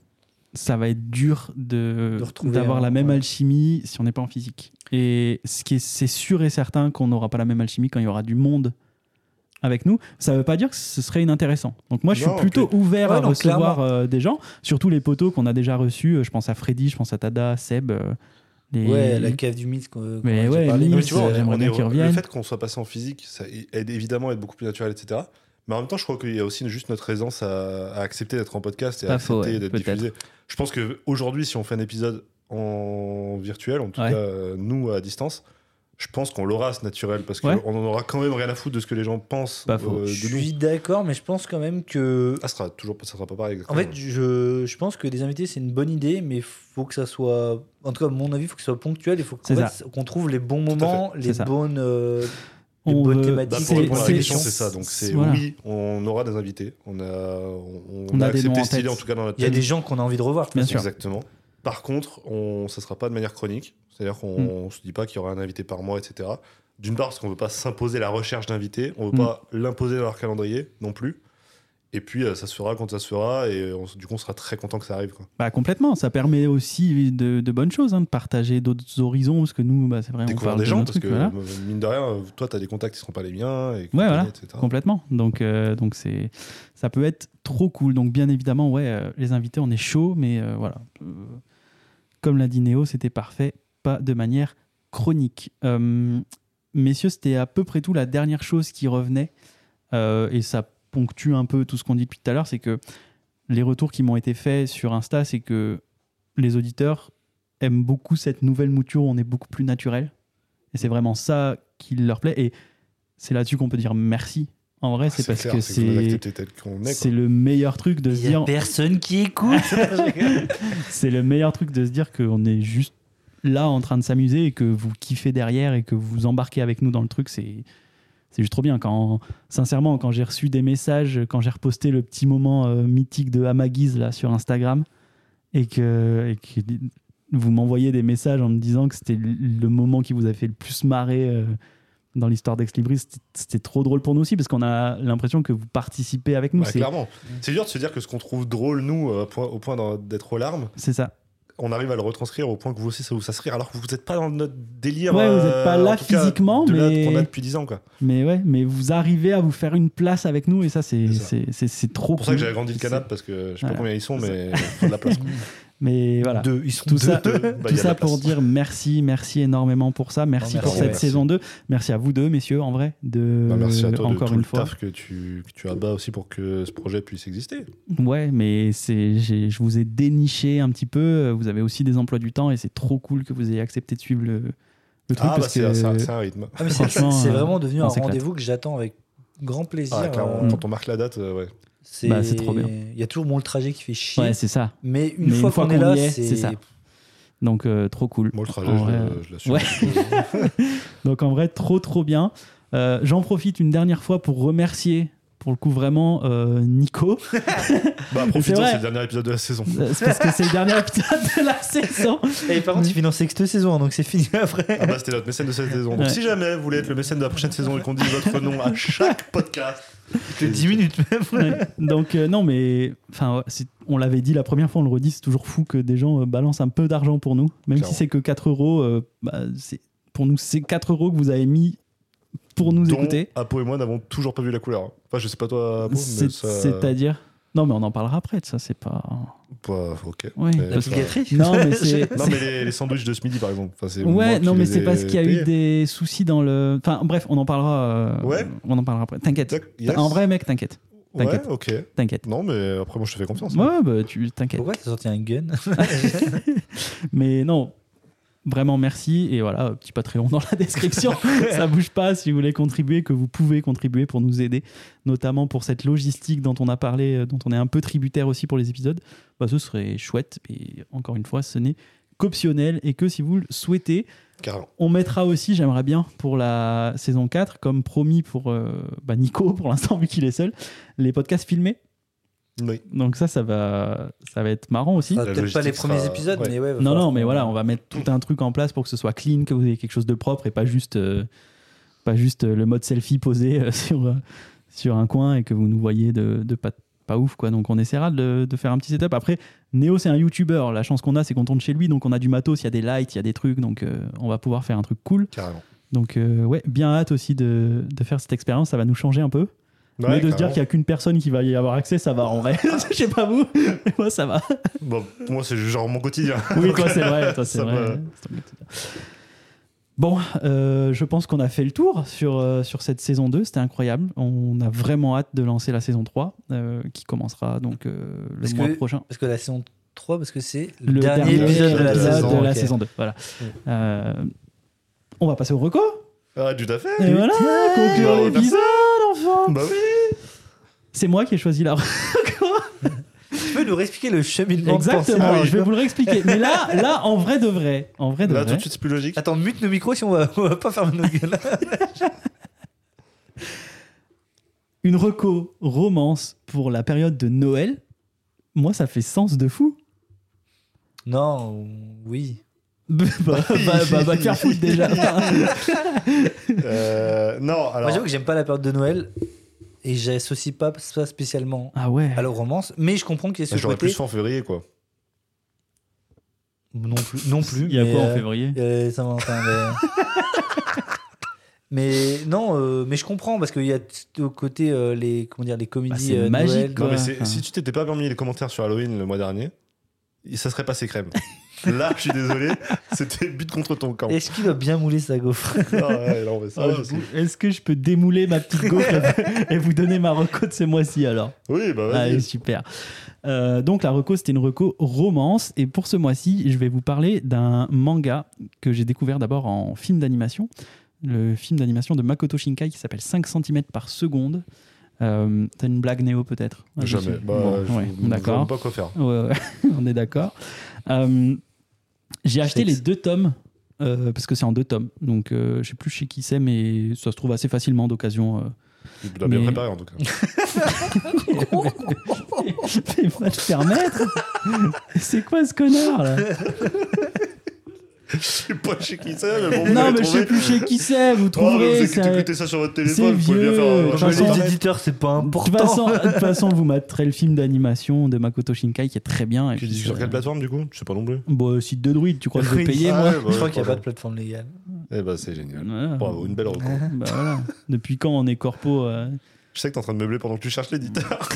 ça va être dur de De retrouver d'avoir un- la même ouais. alchimie si on n'est pas en physique. Et ce qui est, c'est sûr et certain qu'on n'aura pas la même alchimie quand il y aura du monde avec nous. Ça ne veut pas dire que ce serait inintéressant. Donc moi, je Non, suis plutôt ouvert Ouais, à non, recevoir clairement. euh, des gens, surtout les poteaux qu'on a déjà reçus. Euh, Je pense à Freddy, je pense à Tada, Seb. euh, les- Ouais, la cave du mythe. qu'on- qu'on Mais a déjà ouais, parlé. limite, Non, mais tu vois, on est- euh, j'aimerais on bien est- qu'ils Le reviennent. fait qu'on soit passé en physique, ça aide évidemment à être beaucoup plus naturel, etc. Mais en même temps, je crois qu'il y a aussi juste notre aisance à, à accepter d'être en podcast et à Pas accepter faux, ouais, d'être peut-être. diffusé. Je pense qu'aujourd'hui, si on fait un épisode en virtuel, en tout Ouais. cas euh, nous à distance, Je pense qu'on l'aura ce naturel parce qu'on Ouais. en aura quand même rien à foutre de ce que les gens pensent Pas faux. euh, Je de nous. suis d'accord, mais je pense quand même que. Ah, ça sera toujours pas- ça sera pas pareil. En exactement. fait, je, je pense que des invités, c'est une bonne idée, mais faut que ça soit. En tout cas, à mon avis, faut que ce soit ponctuel. Il faut qu'en C'est fait, qu'on trouve les bons à moments, C'est les ça. bonnes, euh, les On bonnes veut- Bah, thématiques. pour les répondre à bonnes la c'est- question, questions. c'est ça. Donc c'est Voilà. oui, on aura des invités. On a, on, On on a, a des noms accepté en cette idée tête. en tout cas dans notre Il y a tête. des gens qu'on a envie de revoir. Bien sûr. Exactement. Par contre, on, ça sera pas de manière chronique. C'est-à-dire qu'on Hmm. se dit pas qu'il y aura un invité par mois, etc. D'une part, parce qu'on veut pas s'imposer la recherche d'invités, on veut Mm. pas l'imposer dans leur calendrier non plus. Et puis, euh, ça se fera quand ça se fera, et on s- du coup, on sera très content que ça arrive. Quoi. Bah complètement, ça permet aussi de, de bonnes choses, hein, de partager d'autres horizons, parce que nous, bah, c'est vrai, on Découvrir parle des de gens, nos parce trucs, que voilà. euh, mine de rien, euh, toi, tu as des contacts qui seront pas les miens, et compagnie, voilà. etc. Complètement. Donc, euh, donc c'est, ça peut être trop cool. Donc, bien évidemment, ouais, euh, les invités, on est chaud, mais euh, voilà. Euh, comme l'a dit Néo, c'était parfait, pas de manière chronique. Euh, messieurs, c'était à peu près tout la dernière chose qui revenait, euh, et ça ponctue un peu tout ce qu'on dit depuis tout à l'heure, c'est que les retours qui m'ont été faits sur Insta, c'est que les auditeurs aiment beaucoup cette nouvelle mouture où on est beaucoup plus naturel. Et c'est vraiment ça qui leur plaît. Et c'est là-dessus qu'on peut dire merci. En vrai, c'est parce Ah, clair, que vous nous c'est acceptez tel qu'on est. quoi. c'est le meilleur truc de Il se y a dire personne qui écoute. c'est le meilleur truc de se dire qu'on est juste là en train de s'amuser et que vous kiffez derrière et que vous embarquez avec nous dans le truc, c'est c'est juste trop bien. Quand, sincèrement, quand j'ai reçu des messages, quand j'ai reposté le petit moment euh, mythique de Amaguise là sur Instagram et que, et que vous m'envoyez des messages en me disant que c'était le moment qui vous a fait le plus marrer euh, dans l'histoire d'Ex Libris, c'était- c'était trop drôle pour nous aussi parce qu'on a l'impression que vous participez avec nous. Bah, C'est- clairement. C'est dur de se dire que ce qu'on trouve drôle, nous, euh, point- au point d'en- d'être aux larmes, c'est ça. on arrive à le retranscrire au point que vous aussi, ça vous fasse rire, alors que vous n'êtes pas dans notre délire. Ouais, vous euh, êtes pas en là tout cas, physiquement, de là mais- qu'on a depuis 10 ans, quoi. Mais ouais, mais vous arrivez à vous faire une place avec nous et ça, c'est C'est ça. c'est- c'est- c'est trop C'est pour ça que j'ai cool. agrandi le C'est- canapé, parce que je sais Voilà. pas combien ils sont, mais faut de la place. quoi. Mais voilà. Deux, ils sont Tout deux. ça, deux. Bah, tout y a de ça la pour place. dire merci, merci énormément pour ça, merci Non, pour merci. cette Merci. saison 2, merci à vous deux, messieurs, en vrai, de Bah, merci à toi euh, encore de tout une le fois. taf que tu, que tu abats aussi pour que ce projet puisse exister. Ouais, mais c'est, j'ai- je vous ai déniché un petit peu. Vous avez aussi des emplois du temps et c'est trop cool que vous ayez accepté de suivre le, le truc Ah, bah, parce c'est que c'est un, c'est un rythme. Ah, mais c'est c'est Franchement, euh, vraiment devenu on un s'éclate. rendez-vous que j'attends avec grand plaisir. Ah, clairement, Euh, quand on marque la date, euh, ouais. c'est Mm. Bah, c'est trop bien. Il y a toujours bon le trajet qui fait chier. ouais, c'est ça. mais une mais fois une fois qu'on est qu'on là, y est, c'est c'est ça. Donc euh, trop cool. Moi, le trajet, En je vrai, le- euh, je l'assume. ouais. Donc en vrai, trop trop bien. Euh, J'en profite une dernière fois pour remercier, pour le coup vraiment, euh, Nico. Bah, profitons, vrai. c'est le dernier épisode de la saison. Euh, c'est parce que c'est le dernier épisode de la saison. Et par contre, il finance que deux saisons, hein, donc c'est fini après. Ah bah c'était notre mécène de cette saison. Donc Ouais. si jamais vous voulez être le mécène de la prochaine saison et qu'on dit votre nom à chaque podcast, de 10 minutes même. Ouais. Donc euh, non, mais enfin, ouais, c'est- on l'avait dit la première fois, on le redit, c'est toujours fou que des gens euh, balancent un peu d'argent pour nous, même si Clairement. c'est que 4 euros. euh, bah, c'est- pour nous, c'est 4 euros que vous avez mis pour nous dont écouter. Apo et moi n'avons toujours pas vu la couleur. Enfin je sais pas toi Apo, mais C'est- ça... C'est-à-dire. Non, mais on en parlera après de ça, c'est pas. Bah, ok. Ouais, Mais La ça- Non, mais c'est. Non mais les, les sandwichs de ce midi par exemple. Enfin, c'est moi Ouais, qui non, mais les c'est ai parce qu'il y a eu payés. des soucis dans le. Enfin, bref, on en parlera. euh, Ouais. On en parlera après. T'inquiète. Tac, yes. En vrai, mec, t'inquiète. Ouais t'inquiète. ok. T'inquiète. Non mais après moi je te fais confiance. hein. Ouais, bah, tu t'inquiètes. Pourquoi t'as sorti un gun Mais non, vraiment merci. Et voilà, petit Patreon dans la description. ça bouge pas si vous voulez contribuer, que vous pouvez contribuer pour nous aider, notamment pour cette logistique dont on a parlé, euh, dont on est un peu tributaire aussi pour les épisodes. Bah, ce serait chouette. Mais encore une fois, ce n'est qu'optionnel et que si vous le souhaitez. Carrément. On mettra aussi, j'aimerais bien, pour la saison 4, comme promis pour euh, bah, Nico, pour l'instant, vu qu'il est seul, les podcasts filmés. Oui. Donc ça, ça va, ça va être marrant aussi. La Peut-être pas les logistique premiers sera- épisodes, ouais. mais ouais. va Non, falloir non, qu'on- mais voilà, on va mettre tout un truc en place pour que ce soit clean, que vous ayez quelque chose de propre et pas juste, euh, pas juste euh, le mode selfie posé euh, sur, euh, sur un coin et que vous nous voyez de, de pas, pas ouf. quoi. Donc on essaiera de, de faire un petit setup. Après, Néo, c'est un YouTuber. La chance qu'on a, c'est qu'on tourne chez lui. Donc on a du matos, il y a des lights, il y a des trucs. Donc euh, on va pouvoir faire un truc cool. Carrément. Donc euh, ouais, bien hâte aussi de, de faire cette expérience. Ça va nous changer un peu. Ouais, mais de se dire carrément. Ah. qu'il n'y a qu'une personne qui va y avoir accès, ça va en vrai. Je sais pas vous, mais moi ça va. Bon, pour moi c'est genre mon quotidien. Oui, toi, c'est vrai. toi, c'est Ça vrai. va. C'est ton métier. Bon, euh, je pense qu'on a fait le tour sur, euh, sur cette saison 2. C'était incroyable. On a vraiment hâte de lancer la saison 3 euh, qui commencera donc euh, le Parce mois que- prochain. Parce que la saison 3, parce que c'est Le dernier, épisode épisode de la, saison, de la ok. saison 2. Voilà. Euh, on va passer au reco. Ah, tout à fait. Et voilà, conclure Bravo, l'épisode, enfin. Bah oui. C'est moi qui ai choisi la Tu peux nous réexpliquer le cheminement de pensée Exactement, Ah oui. je vais vous le réexpliquer. Mais là, là, en vrai de vrai, en vrai de Là, tout vrai, de suite, c'est plus logique. Attends, mute le micro si on va, on va pas fermer notre gueule. une reco romance pour la période de Noël, moi, ça fait sens de fou. non, oui. bah, bah, bah, bah, te faire foutre déjà. Euh, non, alors. Moi, j'avoue que j'aime pas la période de Noël et j'associe pas ça spécialement ah ouais. à la romance, mais je comprends qu'il y ait ce J'aurais côté. plus fait en février, quoi. Non plus, non plus. Il y a mais, quoi en euh, février Euh, ça va, enfin, mais... mais non, euh, mais je comprends parce qu'il y a t- au côté euh, les comment dire les Bah, comédies c'est euh, magique, Noël, quoi. Non, mais Ouais, Ah. c'est- enfin. si tu t'étais pas permis les commentaires sur Halloween le mois dernier, ça serait passé crème. Là, je suis désolé, c'était but contre ton camp. Est-ce qu'il a bien moulé sa gaufre Ah ouais, là, on va- ça, Ah, je sais. vous- Est-ce que je peux démouler ma petite gaufre et- et vous donner ma reco de ce mois-ci alors Oui, bah vas-y. Allez, Ah, super. Euh, donc la reco, c'était une reco romance. Et pour ce mois-ci, je vais vous parler d'un manga que j'ai découvert d'abord en film d'animation. Le film d'animation de Makoto Shinkai qui s'appelle 5 cm par seconde. Euh, T'as une blague Néo peut-être Ah, je Jamais. sais. Bah, Bon, je ouais, je D'accord. vois pas quoi faire. Ouais, ouais, on est d'accord. Euh, j'ai acheté Sexe. les deux tomes. euh, parce que c'est en deux tomes, donc euh, je sais plus chez qui c'est, mais ça se trouve assez facilement d'occasion. euh. Tu l'as bien Mais- préparé, en tout cas. Mais va te permettre C'est quoi ce connard là je sais pas chez qui c'est, mais bon, vous Non, mais allez je sais trouver. plus chez qui c'est, vous Oh, mais trouverez. vous ça- écoutez ça sur votre c'est téléphone, vous pouvez bien vieux. faire. euh, J'en voilà, sais- sur Les Internet. éditeurs, c'est pas de important. toute façon, de toute façon, vous materez le film d'animation de Makoto Shinkai qui est très bien. et Tu puis dis sur ça- quelle plateforme, du coup Je sais pas non plus. Bon, site de druide, tu crois que je vais Oui. payer Ah moi ouais, bah je ouais, crois qu'il n'y a pas pas de plateforme légale. Eh bah, c'est génial. Voilà. Bravo, une belle reco. Bah, voilà. Depuis quand on est corpo euh, Je sais que t'es en train de meubler pendant que tu cherches l'éditeur.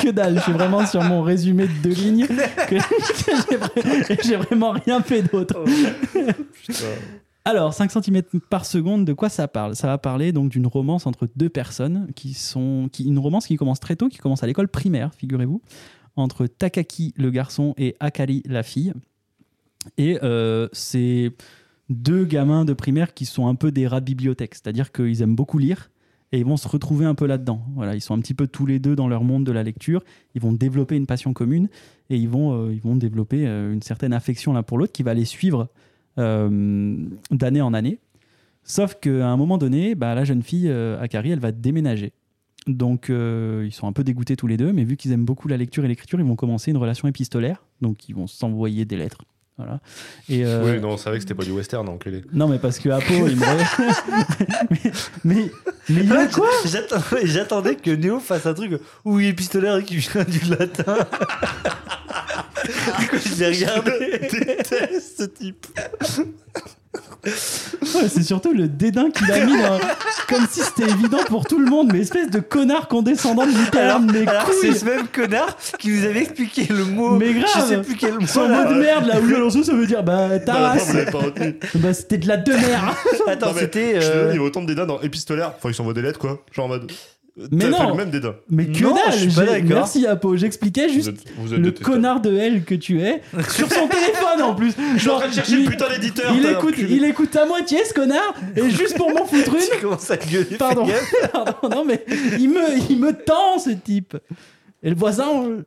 Que dalle, je suis vraiment sur mon résumé de deux lignes. que- que j'ai- J'ai vraiment rien fait d'autre. Putain. Alors, 5 cm par seconde, de quoi ça parle Ça va parler donc d'une romance entre deux personnes qui sont. Qui, une romance qui commence très tôt, qui commence à l'école primaire, figurez-vous, entre Takaki le garçon et Akari la fille. Et euh, c'est deux gamins de primaire qui sont un peu des rats de bibliothèque, c'est-à-dire qu'ils aiment beaucoup lire et ils vont se retrouver un peu là-dedans. Voilà, ils sont un petit peu tous les deux dans leur monde de la lecture, ils vont développer une passion commune et ils vont, euh, ils vont développer euh, une certaine affection l'un pour l'autre qui va les suivre euh, d'année en année. Sauf qu'à un moment donné, bah, la jeune fille, euh, Akari, elle va déménager. Donc euh, ils sont un peu dégoûtés tous les deux, mais vu qu'ils aiment beaucoup la lecture et l'écriture, ils vont commencer une relation épistolaire, donc ils vont s'envoyer des lettres. Voilà. Et, euh, Oui, non, on savait que c'était pas du western, hein, enculé. non, mais parce que Apo, il me. mais, mais, mais il y a quoi J'attendais- J'attendais que Néo fasse un truc où il est pistolaire et qui vient du latin. je l'ai regardé. déteste ce type. Ouais, C'est surtout le dédain qu'il a mis dans- Comme si c'était évident pour tout le monde, mais espèce de connard condescendant de Alors, l'Italie, mes alors, c'est couilles ce même connard qui nous avait expliqué le mot. Mais grave. Je sais plus quel mot. Son là. mot de merde là, où Alonso, ça veut dire bah ta Bah, non, vous race, l'avez pas retenu. bah c'était de la demeure. Attends, Non, mais c'était. Je suis désolé, euh, il y avait autant de dédain dans épistolaire. Enfin, ils s'envoient des lettres, quoi. Genre en mode. euh, Mais t'as fait non. le même dédain. Mais que Non, je dalle, suis pas j'ai- d'accord. merci Apo, j'expliquais Vous juste êtes, vous êtes le détestable. connard de L que tu es sur son téléphone en plus. Je suis en train de chercher il, le putain d'éditeur. il t'as écoute, enculé. il écoute à moitié ce connard et juste pour m'en foutre une, Tu commences à gueuler. Pardon. fais gaffe. Pardon, non mais il me, il me tend ce type. Et le voisin, on-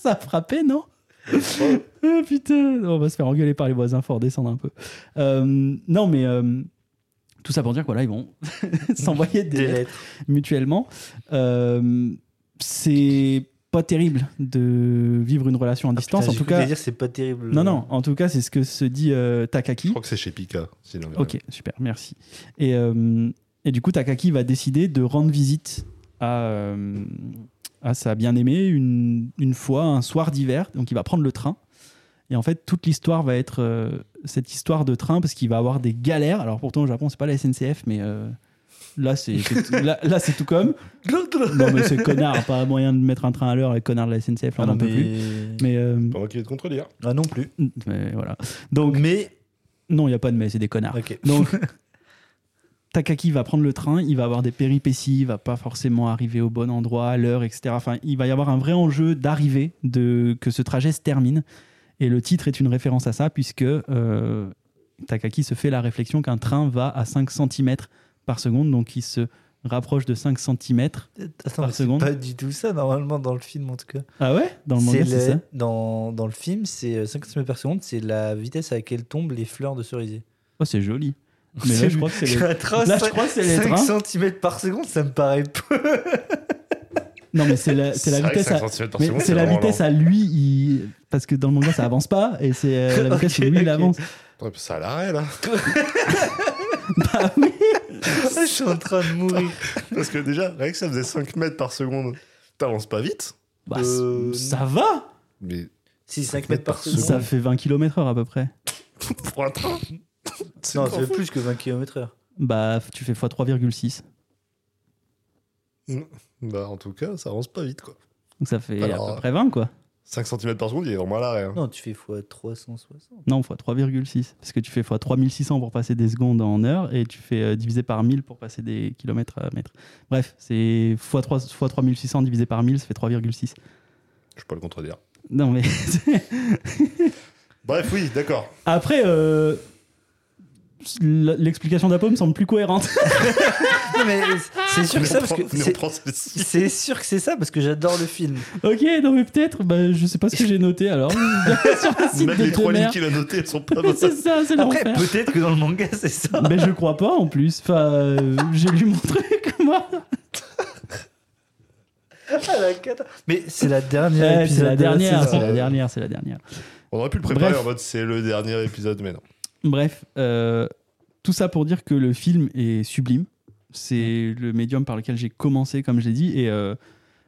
ça a frappé, non Oh. Ah, Putain, on va se faire engueuler par les voisins, faut redescendre un peu. Euh, non mais euh, tout ça pour dire que voilà, ils vont s'envoyer des Des lettres lettres. mutuellement. Euh, c'est pas terrible de vivre une relation à distance, Ah, Putain, en j'ai tout cru cas. dire, c'est pas terrible. Non non, en tout cas c'est ce que se dit euh, Takaki. Je crois que c'est chez Pika. sinon. Ok, super, merci. Et, euh, et du coup, Takaki va décider de rendre visite à, euh, à sa bien-aimée une, une fois, un soir d'hiver. Donc, il va prendre le train. Et en fait, toute l'histoire va être euh, cette histoire de train parce qu'il va avoir des galères. Alors, pourtant, au Japon, c'est pas la SNCF, mais euh, là, c'est c'est- là, là, c'est tout comme. Non, mais ce connard, pas moyen de mettre un train à l'heure, les connards de la SNCF, Ah là, on n'en peut plus. mais... Mais, euh, Pas moi qui vais te contredire. Ah non plus. mais voilà. Donc, Mais. non, il n'y a pas de mais, c'est des connards. Ok. Donc, Takaki va prendre le train, il va avoir des péripéties, il va pas forcément arriver au bon endroit, à l'heure, etc. Enfin, il va y avoir un vrai enjeu d'arrivée, de que ce trajet se termine. Et le titre est une référence à ça, puisque euh, Takaki se fait la réflexion qu'un train va à 5 cm par seconde, donc il se rapproche de 5 cm. Attends, Par mais c'est seconde. pas du tout ça, normalement, dans le film, en tout cas. Ah ouais Dans le manga, C'est c'est la- ça Dans, dans le film, c'est euh, 50 mètres par seconde, c'est la vitesse à laquelle tombent les fleurs de cerisier. Oh, c'est joli. Mais là, je crois que c'est les... atroce. Là, je crois que c'est les 5 trains. cm par seconde, ça me paraît peu. Non, mais c'est la, c'est la vrai que vitesse à... 5 centimètres par Mais seconde, c'est la vraiment vitesse à lui, il- parce que dans le manga ça avance pas, et c'est euh, la vitesse Ok, où lui il ok. avance. lent. Ouais, C'est à l'arrêt, là. Bah oui je suis en train de mourir. Parce que déjà, rien que ça faisait 5 mètres par seconde, t'avances pas vite. Bah, Euh, ça va Mais Si 5 mètres par seconde. Ça fait 20 km/h à peu près. pour un train, c'est Non, pas ça fait fou. plus que 20 km/h. Bah, tu fais x 3,6. Bah, en tout cas, ça avance pas vite, quoi. Donc ça fait Alors, à peu près 20 quoi. 5 cm par seconde, il est vraiment à l'arrêt. hein. Non, tu fais x 360. Non, x 3,6. Parce que tu fais x 3600 pour passer des secondes en heure et tu fais euh, diviser par 1000 pour passer des kilomètres à mètre. Bref, c'est x 3, x 3600 divisé par 1000, ça fait 3,6. Je peux pas le contredire. Non mais. Bref, oui, d'accord. Après, euh, l- l'explication d'Apo me semble plus cohérente. Non, mais c'est sûr que ça, parce que Mais on c'est- prend celle-ci. c'est sûr que c'est ça, parce que j'adore le film. ok, non mais peut-être, bah, je sais pas ce que j'ai noté alors. Sur le site Même de les trois Temer. lignes Ah, bah, qu'il a notées, elles sont pas Mais bonnes. c'est ça, c'est Après, l'enfer. peut-être que dans le manga, c'est ça. Mais je crois pas en plus. Enfin, euh, j'ai lu mon truc moi. Ah, la cata. Mais c'est la dernière Eh, c'est épisode la de dernière, saison. c'est la dernière, c'est la dernière. On aurait pu le préparer Bref. en mode c'est le dernier épisode, mais non. Bref, euh, tout ça pour dire que le film est sublime. C'est le médium par lequel j'ai commencé, comme j'ai dit. Et euh,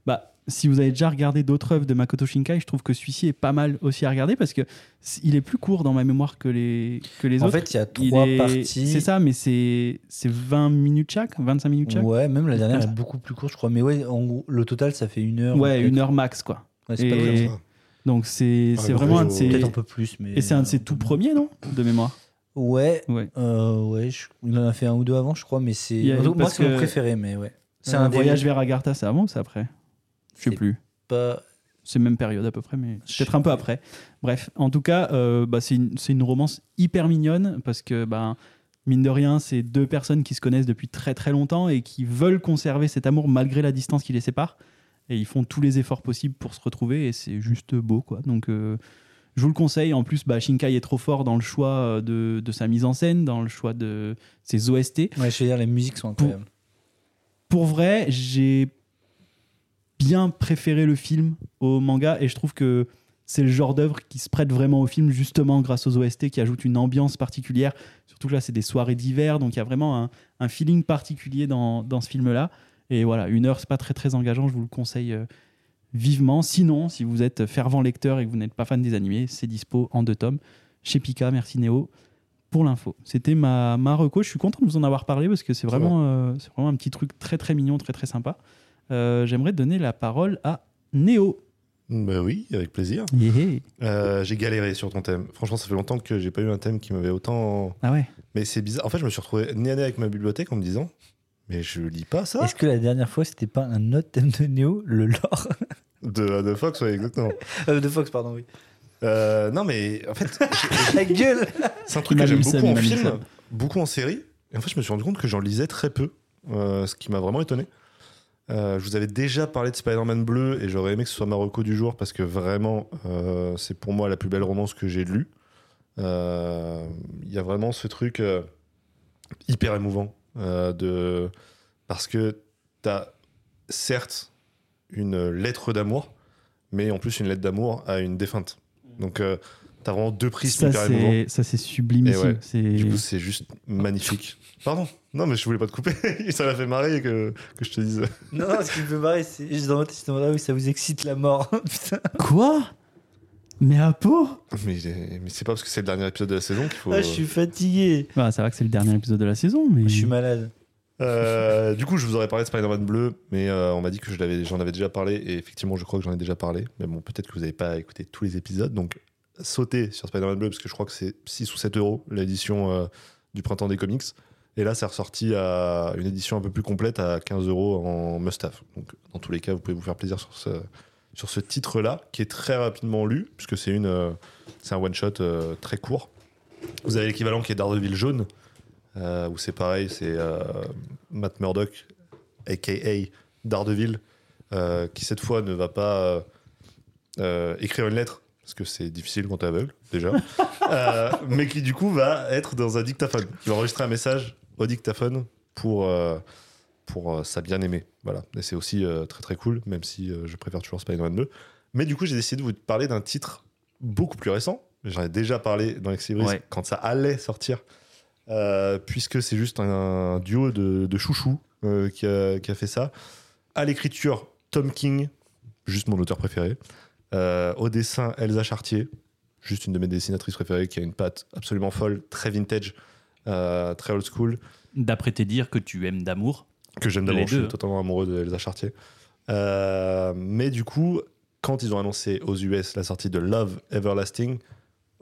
bah, si vous avez déjà regardé d'autres œuvres de Makoto Shinkai, je trouve que celui-ci est pas mal aussi à regarder parce que c- il est plus court dans ma mémoire que les, que les En autres. fait, il y a Il trois est- parties. C'est ça, mais c'est c'est 20 minutes chaque 25 minutes chaque Ouais, même la dernière Ah. est beaucoup plus courte, je crois. Mais ouais, en gros, le total, ça fait une heure. Ouais, peut-être. une heure max, quoi. Ouais, c'est pas Et- mal. Ouais. Donc c'est Ah, c'est gros, vraiment un de euh, ses. Peut-être un peu plus, mais. euh, Et c'est un de ses tout premiers, non De mémoire. Ouais. Ouais. Euh, ouais, je- il en a fait un ou deux avant, je crois, mais c'est. Il y a- Moi, parce c'est mon que- préféré, mais ouais. C'est Euh, un des- voyage vers Agartha, c'est avant ou c'est après Je sais C'est- plus. Pas... C'est même période à peu près, mais Je peut-être sais un peu plus. après. Bref, en tout cas, euh, bah, c'est une, c'est une romance hyper mignonne parce que, ben mine de rien, c'est deux personnes qui se connaissent depuis très très longtemps et qui veulent conserver cet amour malgré la distance qui les sépare. Et ils font tous les efforts possibles pour se retrouver et c'est juste beau, quoi. Donc, euh, je vous le conseille. En plus, bah, Shinkai est trop fort dans le choix euh, de, de sa mise en scène, dans le choix de ses OST Ouais, je veux dire, les musiques sont Pour- incroyables. pour vrai, j'ai bien préféré le film au manga et je trouve que c'est le genre d'œuvre qui se prête vraiment au film justement grâce aux OST qui ajoutent une ambiance particulière. Surtout que là, c'est des soirées d'hiver, donc il y a vraiment un, un feeling particulier dans, dans ce film-là. Et voilà, une heure, c'est pas très très engageant, je vous le conseille euh, vivement. Sinon, si vous êtes fervent lecteur et que vous n'êtes pas fan des animés, c'est dispo en deux tomes chez Pika. Merci Néo pour l'info. C'était ma, ma reco. Je suis content de vous en avoir parlé parce que c'est Ça vraiment, euh, c'est vraiment un petit truc très très mignon, très très sympa. Euh, J'aimerais donner la parole à Néo. Bah oui, avec plaisir. Euh, j'ai galéré sur ton thème. Franchement, ça fait longtemps que j'ai pas eu un thème qui m'avait autant. Ah ouais Mais c'est bizarre. En fait, je me suis retrouvé nez à nez avec ma bibliothèque en me disant Mais je lis pas ça Est-ce que la dernière fois, c'était pas un autre thème de Neo, le lore de, de Fox, ouais, exactement. Euh, De Fox, pardon, oui. Euh, non, mais en fait, La gueule c'est un truc Il m'a que j'aime mis le seum, beaucoup il en m'a mis le film, seum. beaucoup en série. Et en fait, je me suis rendu compte que j'en lisais très peu, euh, ce qui m'a vraiment étonné. Euh, je vous avais déjà parlé de Spider-Man Bleu et j'aurais aimé que ce soit ma reco du jour parce que vraiment, euh, c'est pour moi la plus belle romance que j'ai lue. Euh, Il y a vraiment ce truc euh, hyper émouvant euh, de parce que t'as certes une lettre d'amour, mais en plus une lettre d'amour à une défunte. Donc euh, t'as vraiment deux Ça prismes hyper émouvants. c'est ça, c'est sublime Et ici. ouais. C'est- Du coup, c'est juste magnifique. Pardon Non, mais je voulais pas te couper. ça m'a fait marrer que, que je te dise. Non, ce qui me fait marrer, c'est juste dans ma tête, c'est dans- ah oui, ça vous excite la mort. Putain, Quoi Mais à peau Mais, mais c'est pas parce que c'est le dernier épisode de la saison qu'il faut. ah, je suis fatigué. bah, Ça va que c'est le dernier épisode de la saison, mais. Je suis malade. Euh, du coup, je vous aurais parlé de Spider-Man bleu, mais euh, on m'a dit que je l'avais- j'en avais déjà parlé. Et effectivement, je crois que j'en ai déjà parlé. Mais bon, peut-être que vous n'avez pas écouté tous les épisodes. Donc, sautez sur Spider-Man bleu, parce que je crois que c'est 6 ou 7 euros l'édition euh, du printemps des comics. Et là, c'est ressorti à une édition un peu plus complète à 15 euros en must-have. Donc, dans tous les cas, vous pouvez vous faire plaisir sur ce, sur ce titre-là, qui est très rapidement lu, puisque c'est une, euh, c'est un one-shot euh, très court. Vous avez l'équivalent qui est Daredevil jaune, euh, où c'est pareil, c'est euh, Matt Murdock, a.k.a. Daredevil, euh, qui cette fois ne va pas euh, euh, écrire une lettre, parce que c'est difficile quand t'es aveugle, déjà, Euh, mais qui du coup va être dans un dictaphone, qui va enregistrer un message au dictaphone pour, euh, pour euh, sa bien-aimée. Voilà. Et c'est aussi euh, très très cool, même si euh, je préfère toujours Spider-Man 2. Mais du coup, j'ai décidé de vous parler d'un titre beaucoup plus récent. J'en ai déjà parlé dans Exibris Ouais. quand ça allait sortir, euh, puisque c'est juste un, un duo de, de chouchous euh, qui, a, qui a fait ça. À l'écriture, Tom King, juste mon auteur préféré. Euh, au dessin, Elsa Chartier, juste une de mes dessinatrices préférées qui a une patte absolument folle, très vintage, euh, très old school D'après tes dires que tu aimes d'amour. que j'aime Les d'abord, je deux. suis totalement amoureux de Elsa Chartier. Euh, mais du coup, quand ils ont annoncé aux US la sortie de Love Everlasting,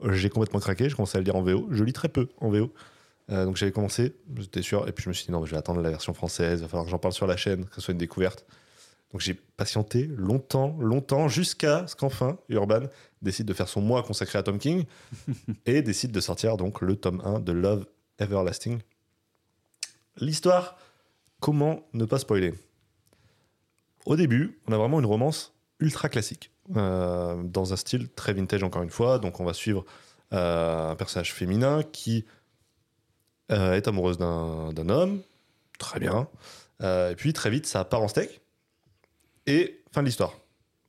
euh, j'ai complètement craqué, je commençais à le lire en VO, je lis très peu en VO. Euh, donc j'avais commencé, j'étais sûr, et puis je me suis dit non, mais je vais attendre la version française, il va falloir que j'en parle sur la chaîne, que ce soit une découverte. Donc j'ai patienté longtemps, longtemps, jusqu'à ce qu'enfin Urban décide de faire son mois consacré à Tom King et décide de sortir donc le tome 1 de Love Everlasting. L'histoire, comment ne pas spoiler Au début, on a vraiment une romance ultra classique, euh, dans un style très vintage encore une fois. Donc on va suivre euh, un personnage féminin qui euh, est amoureuse d'un d'un homme, très bien. Euh, et puis très vite, ça part en steak. Et fin de l'histoire.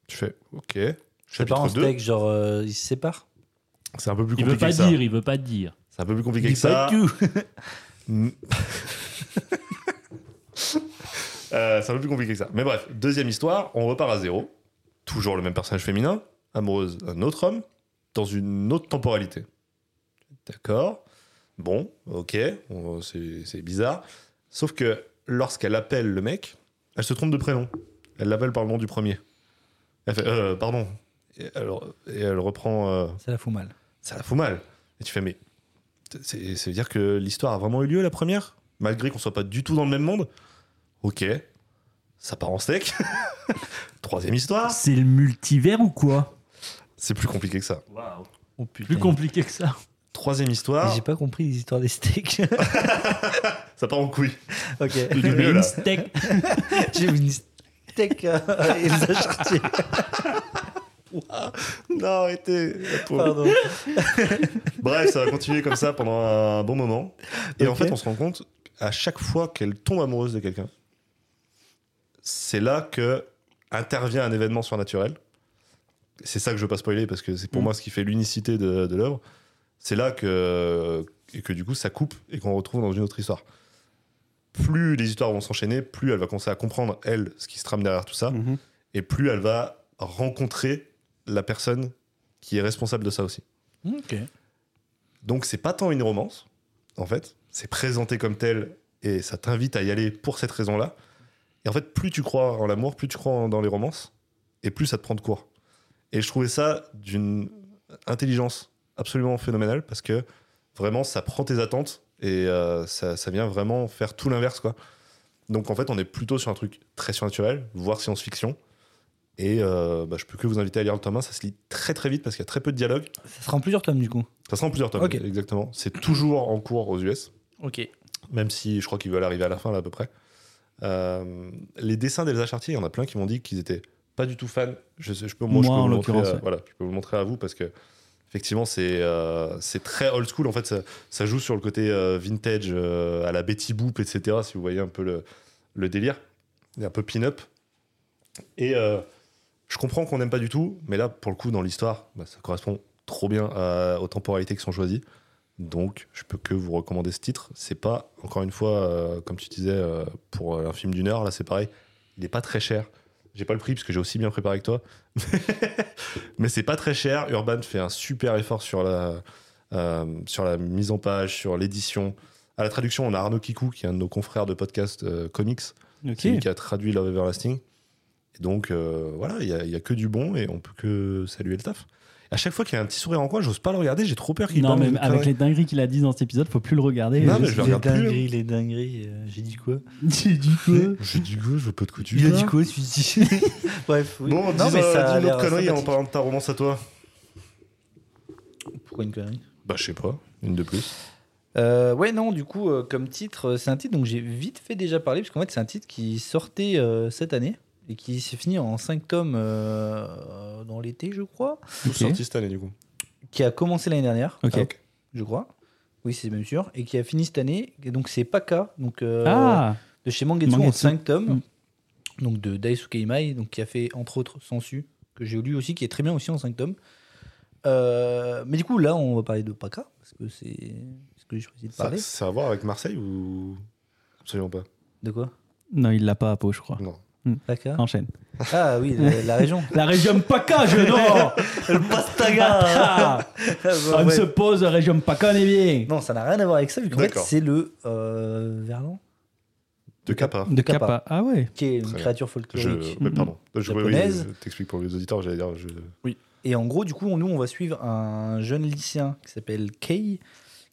Tu fais, ok. C'est pas Chapitre en 2. steak, genre, euh, ils se séparent C'est un peu plus Il veut compliqué pas que ça. dire, il veut pas dire. C'est un peu plus compliqué Dis que ça. pas du tout. Mm. Euh, c'est un peu plus compliqué que ça. Mais bref, deuxième histoire, on repart à zéro. Toujours le même personnage féminin, amoureuse d'un autre homme, dans une autre temporalité. D'accord. Bon, ok, on- c'est c'est bizarre. Sauf que lorsqu'elle appelle le mec, elle se trompe de prénom. Elle l'appelle par le nom du premier. Elle fait, euh, pardon. Et, alors, et elle reprend. euh, Ça la fout mal. ça la fout mal. Et tu fais, mais c'est- ça veut dire que l'histoire a vraiment eu lieu, la première Malgré qu'on soit pas du tout dans le même monde Ok, ça part en steak. Troisième histoire. C'est le multivers ou quoi C'est plus compliqué que ça. Plus compliqué que ça. Troisième histoire, Oh, J'ai pas compris les histoires des steaks. ça part en couille. ok. C'est mieux, là. Steak. J'ai vu une steak euh, Elsa Chartier. Non, arrêtez. la pauvre. Pardon. Bref, ça va continuer comme ça pendant un bon moment. Et en Ok. fait, on se rend compte à chaque fois qu'elle tombe amoureuse de quelqu'un, c'est là que intervient un événement surnaturel. C'est ça que je veux pas spoiler parce que c'est pour moi ce qui fait l'unicité de, de l'œuvre. C'est là que, et que du coup ça coupe et qu'on retrouve dans une autre histoire. Plus les histoires vont s'enchaîner, plus elle va commencer à comprendre, elle, ce qui se trame derrière tout ça Mm. Mhm. et plus elle va rencontrer la personne qui est responsable de ça aussi. Ok. Donc c'est pas tant une romance, en fait, c'est présenté comme tel et ça t'invite à y aller pour cette raison-là. Et en fait, plus tu crois en l'amour, plus tu crois en- dans les romances, et plus ça te prend de court. Et je trouvais ça d'une intelligence absolument phénoménale parce que vraiment ça prend tes attentes et euh, ça, ça vient vraiment faire tout l'inverse quoi. Donc en fait on est plutôt sur un truc très surnaturel, voire science-fiction. Et euh, bah, je peux que vous inviter à lire le tome 1, ça se lit très très vite parce qu'il y a très peu de dialogue. Ça sera en plusieurs tomes du coup. Ça sera en plusieurs tomes, Ok. exactement. C'est toujours en cours aux US Ok. même si je crois qu'ils veulent arriver à la fin là à peu près. Euh, les dessins d'Elsa Chartier, il y en a plein qui m'ont dit qu'ils étaient pas du tout fans. Je, sais- je peux, moi, je Moi, peux en vous le montrer, l'occurrence, euh, ouais. voilà, je peux vous le montrer à vous parce que effectivement c'est euh, c'est très old school. En fait, ça, ça joue sur le côté euh, vintage euh, à la Betty Boop, etc. Si vous voyez un peu le, le délire, Il est un peu pin-up. Et euh, je comprends qu'on n'aime pas du tout, mais là pour le coup dans l'histoire, bah, ça correspond trop bien à- aux temporalités qui sont choisies. Donc, je peux que vous recommander ce titre. C'est pas, encore une fois, euh, comme tu disais, euh, pour euh, un film d'une heure, là, c'est pareil. Il est pas très cher. J'ai pas le prix parce que j'ai aussi bien préparé que toi. Mais c'est pas très cher. Urban fait un super effort sur la, euh, sur la mise en page, sur l'édition. À la traduction, on a Arnaud Kikou, qui est un de nos confrères de podcast euh, comics, Ok. c'est lui qui a traduit Love Everlasting. Et donc, euh, voilà, il n'y a, il y a que du bon et on peut que saluer le taf. À chaque fois qu'il y a un petit sourire en coin, j'ose pas le regarder, j'ai trop peur qu'il Non, parle mais d'une avec connerie. les dingueries qu'il a dit dans cet épisode, faut plus le regarder. Non, mais Je- je le les regarde plus. hein. dingueries, les dingueries. euh, J'ai dit quoi J'ai dit quoi J'ai dit go, je veux pas de couture. Il a dit quoi celui-ci Bref. oui. Bon, dis, euh, dis a une l'air autre connerie en sympathique. parlant de ta romance à toi. Pourquoi une connerie Bah, je sais pas. Une de plus. Euh, ouais, non, du coup, euh, comme titre, euh, c'est un titre dont j'ai vite fait déjà parler, parce qu'en fait, c'est un titre qui sortait euh, cette année et qui s'est fini en 5 tomes euh, dans l'été, je crois, Tout Ok. sorti cette année, du coup. qui a commencé l'année dernière, Ok. Ah, ok. je crois. Oui, c'est même sûr, et qui a fini cette année. Et donc, c'est Paka, donc, euh, Ah de chez Mangetsu, en Mangetsu. 5 tomes, donc de Daisuke Imai, donc, qui a fait entre autres Sensu, que j'ai lu aussi, qui est très bien aussi en 5 tomes. Euh, mais du coup, là, on va parler de Paka, parce que c'est ce que j'ai choisi de Ça, parler. ça a à voir avec Marseille ou. Absolument pas. De quoi Non, il l'a pas à peau, je Ah. crois. Non. Paka Enchaîne. Ah oui, la, la région. La région PACA, je non Le Ah, Pastaga Ah, On se pose, région PACA, on est bien Non, ça n'a rien à voir avec ça, vu qu'en fait, D'accord. c'est le euh, verlan, De Kappa. De Kappa. Kappa. Ah ouais qui est une Très bien. créature Je... folklorique. mais pardon. Je oui, oui, Japonaise. je t'explique pour les auditeurs, j'allais dire. Je... Et en gros, du coup, nous, on va suivre un jeune lycéen qui s'appelle Kei,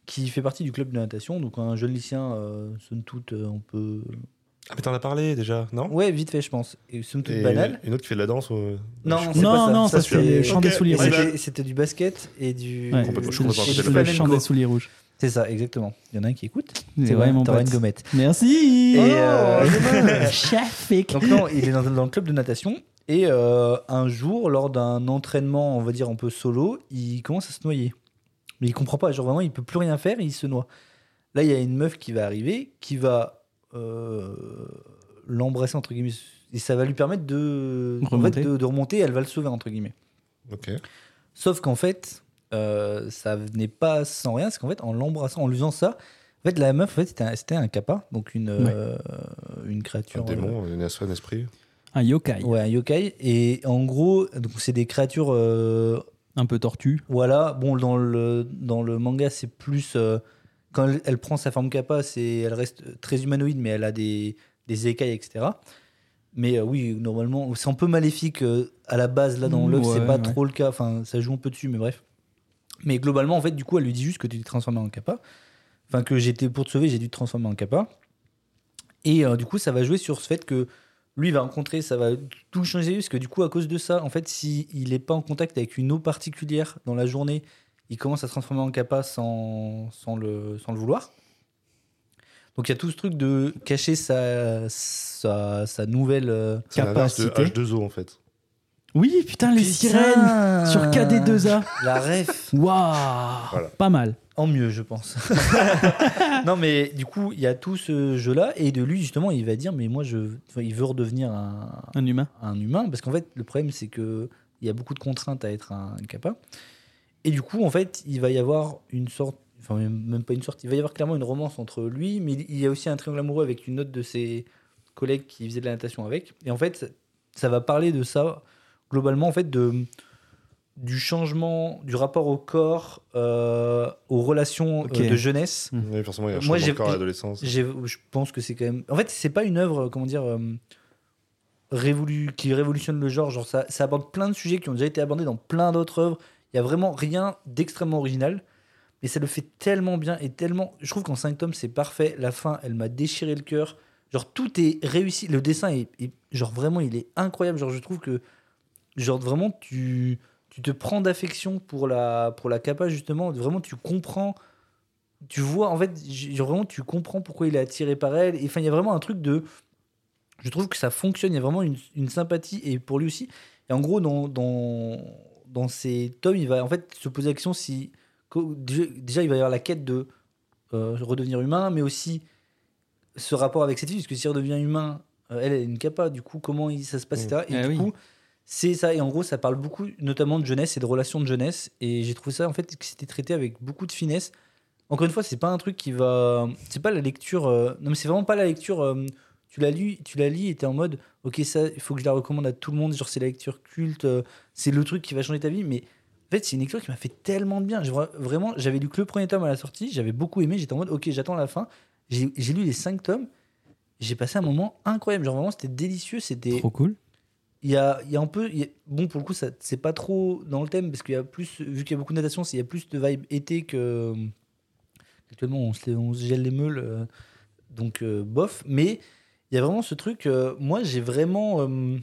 qui fait partie du club de natation. Donc, un jeune lycéen, euh, somme toute, euh, on peut. Ah, mais t'en as parlé déjà, non Ouais, vite fait, je pense. Et somme toute Et banale. Une autre qui fait de la danse. euh, je- Non, c'est Non, pas ça. non, ça, c'est c'est le chant Ok, des souliers Et ben, c'est rouges. la- c'était- C'était du basket et du. Ouais, Je comprends pas, je c'est comprends pas, le- c'est c'est le flamenco. chant des souliers rouges. C'est ça, exactement. Il y en a un qui écoute. C'est vraiment t'auras bête. une gommette. Merci Oh, Et, euh, Chafik. Donc non, il est dans, dans le club de natation. Et euh, un jour, lors d'un entraînement, on va dire un peu solo, il commence à se noyer. Mais il comprend pas, genre vraiment, il peut plus rien faire et il se noie. Là, il y a une meuf qui va arriver, qui va euh, l'embrasser, entre guillemets. Et ça va lui permettre de en fait, Remonter. de, de remonter et elle va le sauver, entre guillemets. Ok. Sauf qu'en fait, euh, ça venait pas sans rien. C'est qu'en fait, en l'embrassant, en lui faisant ça, en fait, la meuf, en fait, c'était un, c'était un kappa, donc une, Ouais. euh, une créature. Un euh, démon, un astre, un esprit. Un yokai. Ouais, un yokai. Et en gros, donc c'est des créatures. euh, Un peu tortue. voilà, bon, dans le, dans le manga, c'est plus. euh, quand elle, elle prend sa forme kappa, c'est, elle reste très humanoïde, mais elle a des, des écailles, etc. Mais euh, oui, normalement, c'est un peu maléfique euh, à la base, là, dans Mmh, l'œuvre, ouais, c'est pas ouais. trop le cas. Enfin, ça joue un peu dessus, mais bref. Mais globalement, en fait, du coup, elle lui dit juste que tu t'es transformé en kappa. Enfin, que j'étais pour te sauver, j'ai dû te transformer en kappa. Et euh, du coup, ça va jouer sur ce fait que lui va rencontrer, ça va tout changer, parce que du coup, à cause de ça, en fait, s'il n'est pas en contact avec une eau particulière dans la journée, il commence à se transformer en kappa sans, sans, le, sans le vouloir. Donc il y a tout ce truc de cacher sa, sa, sa nouvelle euh, C'est la danse de capacité. H2O, en fait. Oui, putain, les sirènes Putain sur KD2A. La ref Waouh Voilà. Pas mal. en mieux, je pense. non, mais du coup, il y a tout ce jeu-là, et de lui, justement, il va dire, mais moi, je, enfin, il veut redevenir un, Un humain. un humain parce qu'en fait le problème c'est que il y a beaucoup de contraintes à être un kappa et du coup en fait il va y avoir une sorte enfin même même pas une sorte il va y avoir clairement une romance entre lui mais il y a aussi un triangle amoureux avec une autre de ses collègues qui faisait de la natation avec et en fait ça va parler de ça globalement en fait de du changement du rapport au corps euh, aux relations euh, Ok. de jeunesse Oui, forcément, il y a un Hmm. Moi, changement j'ai- de corps à j'ai- l'adolescence. j'ai- je pense que c'est quand même. En fait, c'est pas une œuvre, comment dire, euh, révolu- qui révolutionne le genre. Genre, ça, ça aborde plein de sujets qui ont déjà été abordés dans plein d'autres œuvres. Il y a vraiment rien d'extrêmement original, mais ça le fait tellement bien et tellement. Je trouve qu'en 5 tomes, c'est parfait. La fin, elle m'a déchiré le cœur. Genre, tout est réussi. Le dessin est, est- genre vraiment, il est incroyable. Genre, je trouve que, genre vraiment, tu, tu te prends d'affection pour la pour la capa justement. Vraiment, tu comprends tu vois, en fait, j- genre, vraiment, tu comprends pourquoi il est attiré par elle. Et, Enfin, il y a vraiment un truc de. Je trouve que ça fonctionne. Il y a vraiment une, une sympathie, et pour lui aussi. Et en gros, dans, dans, dans ces tomes, il va en fait se poser la question si. co- Déjà, déjà, il va y avoir la quête de euh, redevenir humain, mais aussi ce rapport avec cette fille, puisque si elle redevient humain, euh, elle, elle est une capa, du coup, comment il- ça se passe, Mmh. etc. Et Ah du oui. coup, c'est ça. Et en gros, ça parle beaucoup, notamment de jeunesse et de relations de jeunesse. Et j'ai trouvé ça, en fait, que c'était traité avec beaucoup de finesse. Encore une fois, c'est pas un truc qui va. C'est pas la lecture. euh, Non, mais c'est vraiment pas la lecture. euh, Tu la lis, tu la lis et t'es en mode, ok, ça, il faut que je la recommande à tout le monde. Genre, c'est la lecture culte. euh, C'est le truc qui va changer ta vie. Mais en fait, c'est une lecture qui m'a fait tellement de bien. J'ai vra- Vraiment, j'avais lu que le premier tome à la sortie. J'avais beaucoup aimé. J'étais en mode, ok, j'attends la fin. J'ai j'ai lu les cinq tomes. J'ai passé un moment incroyable. Genre, vraiment, c'était délicieux. C'était Trop cool. il y a, il y a un peu. il y a- bon, pour le coup, ça c'est pas trop dans le thème, parce qu'il y a plus. Vu qu'il y a beaucoup de natation, c'est- il y a plus de vibe été que. Actuellement, on se, on se gèle les meules. euh, donc, euh, bof. Mais il y a vraiment ce truc. euh, moi, j'ai vraiment. euh,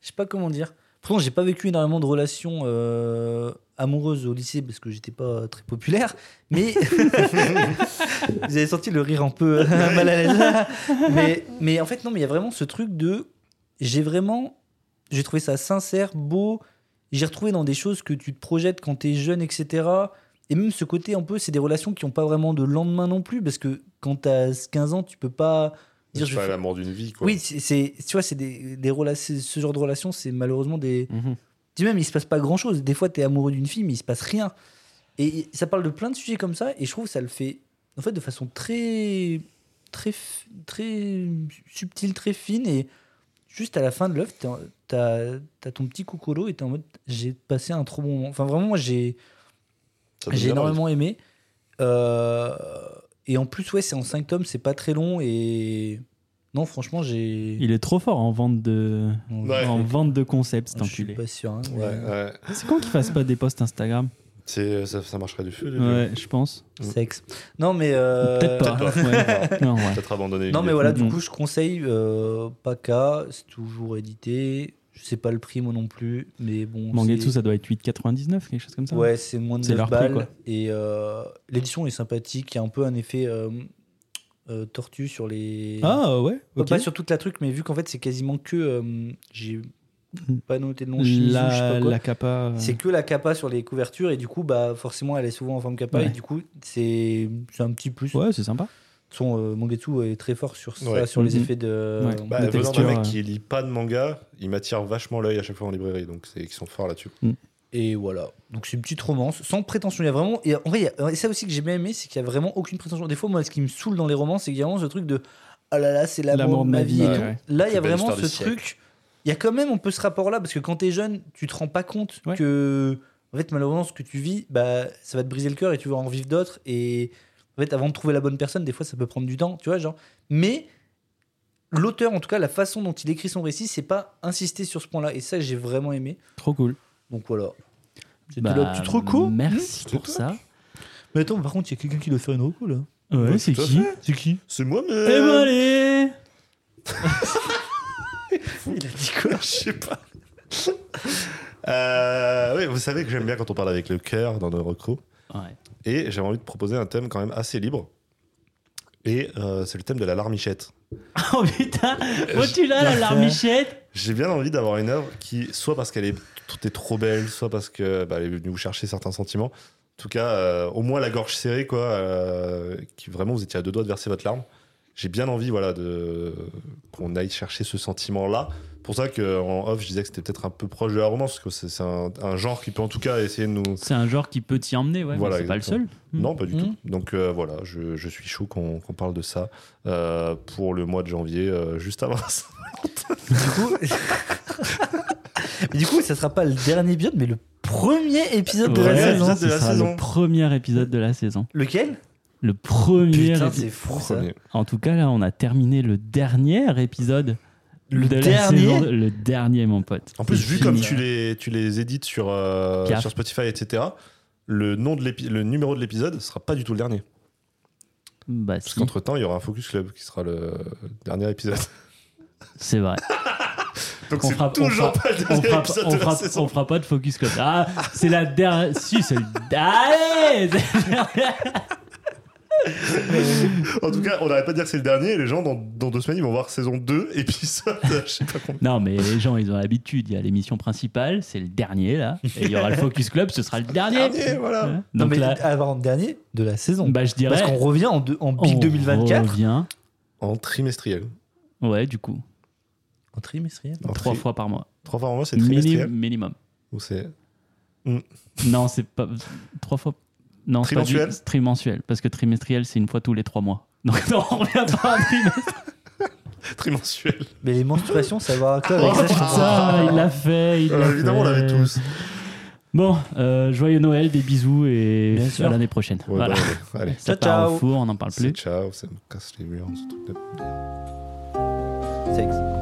je sais pas comment dire. Pourtant, j'ai pas vécu énormément de relations euh, amoureuse au lycée parce que j'étais pas très populaire, mais vous avez senti le rire un peu mal à l'aise. mais, mais en fait, non, mais il y a vraiment ce truc de. J'ai vraiment. J'ai trouvé ça sincère, beau. J'ai retrouvé dans des choses que tu te projettes quand t'es jeune, etc. Et même ce côté un peu, c'est des relations qui n'ont pas vraiment de lendemain non plus, parce que quand t'as 15 ans, tu peux pas dire. C'est je pas fais- la mort d'une vie, quoi. Oui, c'est- c'est tu vois, c'est des, des rela- c'est- ce genre de relation, c'est malheureusement des. Mhm. Tu sais, même, il se passe pas grand chose. Des fois, t'es amoureux d'une fille, mais il se passe rien. Et ça parle de plein de sujets comme ça, et je trouve que ça le fait, en fait, de façon très. très. f- très subtile, très fine, et juste à la fin de l'œuvre, t'es en- t'as as ton petit coucolo, et t'es en mode, j'ai passé un trop bon moment. Enfin, vraiment, moi, j'ai. Ça donne J'ai bien envie. énormément aimé. Euh, et en plus, ouais, c'est en 5 tomes, c'est pas très long. Et non, franchement, j'ai. Il est trop fort en vente de, Non, Ouais. en vente de concept, cet Je suis enculé. pas sûr. hein, mais Ouais, ouais. C'est con qu'il fasse pas des posts Instagram. C'est- Ça, ça marcherait du feu. les deux. Ouais, je pense. Sexe. Non, mais. euh, Peut-être pas. Ouais. Non, ouais. Peut-être abandonner. Non, mais voilà, du Non. coup, je conseille euh, Paka. C'est toujours édité. Je sais pas le prix, moi non plus. Mais bon. Mangetsu, c'est- ça doit être 8,99, quelque chose comme ça. Ouais, c'est moins de C'est 9 leur prix, balles. quoi. Et euh, l'édition est sympathique. Il y a un peu un effet euh, euh, tortue sur les. Ah ouais, ok. Pas sur toute la truc, mais vu qu'en fait c'est quasiment que. euh, J'ai pas noté le nom Shimizu, je sais pas Mm. la, quoi. la capa. euh, C'est que la capa sur les couvertures et du coup, bah, forcément, elle est souvent en forme capa Ouais. et du coup, c'est c'est un petit plus. Ouais, c'est sympa. Son euh, Mangetsu est très fort sur ça, Ouais. sur les Mhm. effets de. Ouais. Bah, de venant texture, d'un mec euh. qui lit pas de manga, il m'attire vachement l'œil à chaque fois en librairie, donc c'est ils sont forts là-dessus. Et voilà. Donc c'est une petite romance sans prétention. Il y a vraiment. Et en vrai, il y a- et ça aussi que j'ai bien aimé, c'est qu'il y a vraiment aucune prétention. Des fois, moi, ce qui me saoule dans les romans, c'est qu'il y a vraiment ce truc de ah là là, c'est l'amour de ma vie. et ouais, tout. ouais. Là, il y Plus belle a vraiment histoire ce du siècle. truc. Il y a quand même un peu ce rapport-là parce que quand t'es jeune, tu te rends pas compte Ouais. que en fait malheureusement ce que tu vis, bah ça va te briser le cœur et tu vas en vivre d'autres. Et en fait, avant de trouver la bonne personne, des fois ça peut prendre du temps, tu vois genre. Mais l'auteur, en tout cas, la façon dont il écrit son récit, c'est pas insister sur ce point-là. Et ça, j'ai vraiment aimé. Trop cool. Donc voilà. C'était Bah, la petite reco. mmh, Mmh, Merci C'était pour ça. Mais attends, par contre, il y a quelqu'un qui doit faire une reco là. Ouais, Ouais, Euh, c'est tout à qui fait. C'est qui C'est moi, mais. Eh ben allez Il a dit quoi Je sais pas. Euh, oui, vous savez que j'aime bien quand on parle avec le cœur dans nos recos. Ouais. Et j'avais envie de proposer un thème quand même assez libre. Et euh, c'est le thème de la larmichette. Oh putain Euh, Oh tu l'as la larmichette J'ai bien envie d'avoir une œuvre qui, soit parce qu'elle est, tout est trop belle, soit parce que bah, elle est venue vous chercher certains sentiments. En tout cas, euh, au moins la gorge serrée, quoi, euh, qui vraiment vous étiez à deux doigts de verser votre larme. J'ai bien envie, voilà, de qu'on aille chercher ce sentiment-là. Pour ça que en off, je disais que c'était peut-être un peu proche de la romance, parce que c'est- c'est un, un genre qui peut en tout cas essayer de nous. C'est un genre qui peut t'y emmener, ouais. mais Voilà, c'est pas le seul. exactement. Non, pas du Mm. tout. Donc euh, voilà, je, je suis chaud qu'on qu'on parle de ça euh, pour le mois de janvier, euh, juste avant ça. Du coup. Mais du coup, ça sera pas le dernier épisode, mais le premier épisode de Ouais, la saison. épisode de ce la sera saison. Le premier épisode de la saison. Lequel Le premier Putain, épisode. c'est fou ça. Premier. En tout cas, là, on a terminé le dernier épisode. Le de la dernier saison- Le dernier, mon pote. En plus, C'est vu comme fini. tu les, tu les édites sur, euh, Gaffe. sur Spotify, etc., le, nom de l'épi- le numéro de l'épisode sera pas du tout le dernier. Bah, Parce si, qu'entre temps, il y aura un Focus Club qui sera le dernier épisode. c'est vrai. Donc On c'est fera- on fera- toujours pas le On dernier fera, épisode on de la fera- saison. on fera pas de focus club. Ah, c'est la dernière. si, c'est le. Allez En tout cas, on n'arrête pas de dire que c'est le dernier. et Les gens, dans, dans deux semaines, ils vont voir saison 2, épisode. Je sais pas combien. Non, mais les gens, ils ont l'habitude. Il y a l'émission principale, c'est le dernier, là. Et il y aura le focus club, ce sera le dernier. Dernier, voilà. Hein Non, Donc mais là, avant dernier de la saison. bah, je dirais. Parce qu'on revient en, deux- en big on 2024. revient. En trimestriel. Ouais, du coup, En trimestriel. En trois tri- fois par mois. Trois fois par mois, c'est Mini- trimestriel. minimum. Ou c'est. Non, c'est pas. Trois fois. Non, c'est pas du- Trimensuel Trimensuel. Parce que trimestriel, c'est une fois tous les trois mois. Donc, non, on revient pas à trimestriel. Trimensuel. Mais les menstruations, ça va à quoi avec ça, je comprends pas. Ça, Oh, il l'a fait. il Euh, l'a évidemment, on fait. l'avait tous. Bon, euh, joyeux Noël, des bisous et Bien à sûr. l'année prochaine. Ouais, voilà. bah, allez, allez. Ça Ciao, part au ciao. four, on n'en parle plus. C'est ciao, ça me casse les murs, ce truc de- Sexe.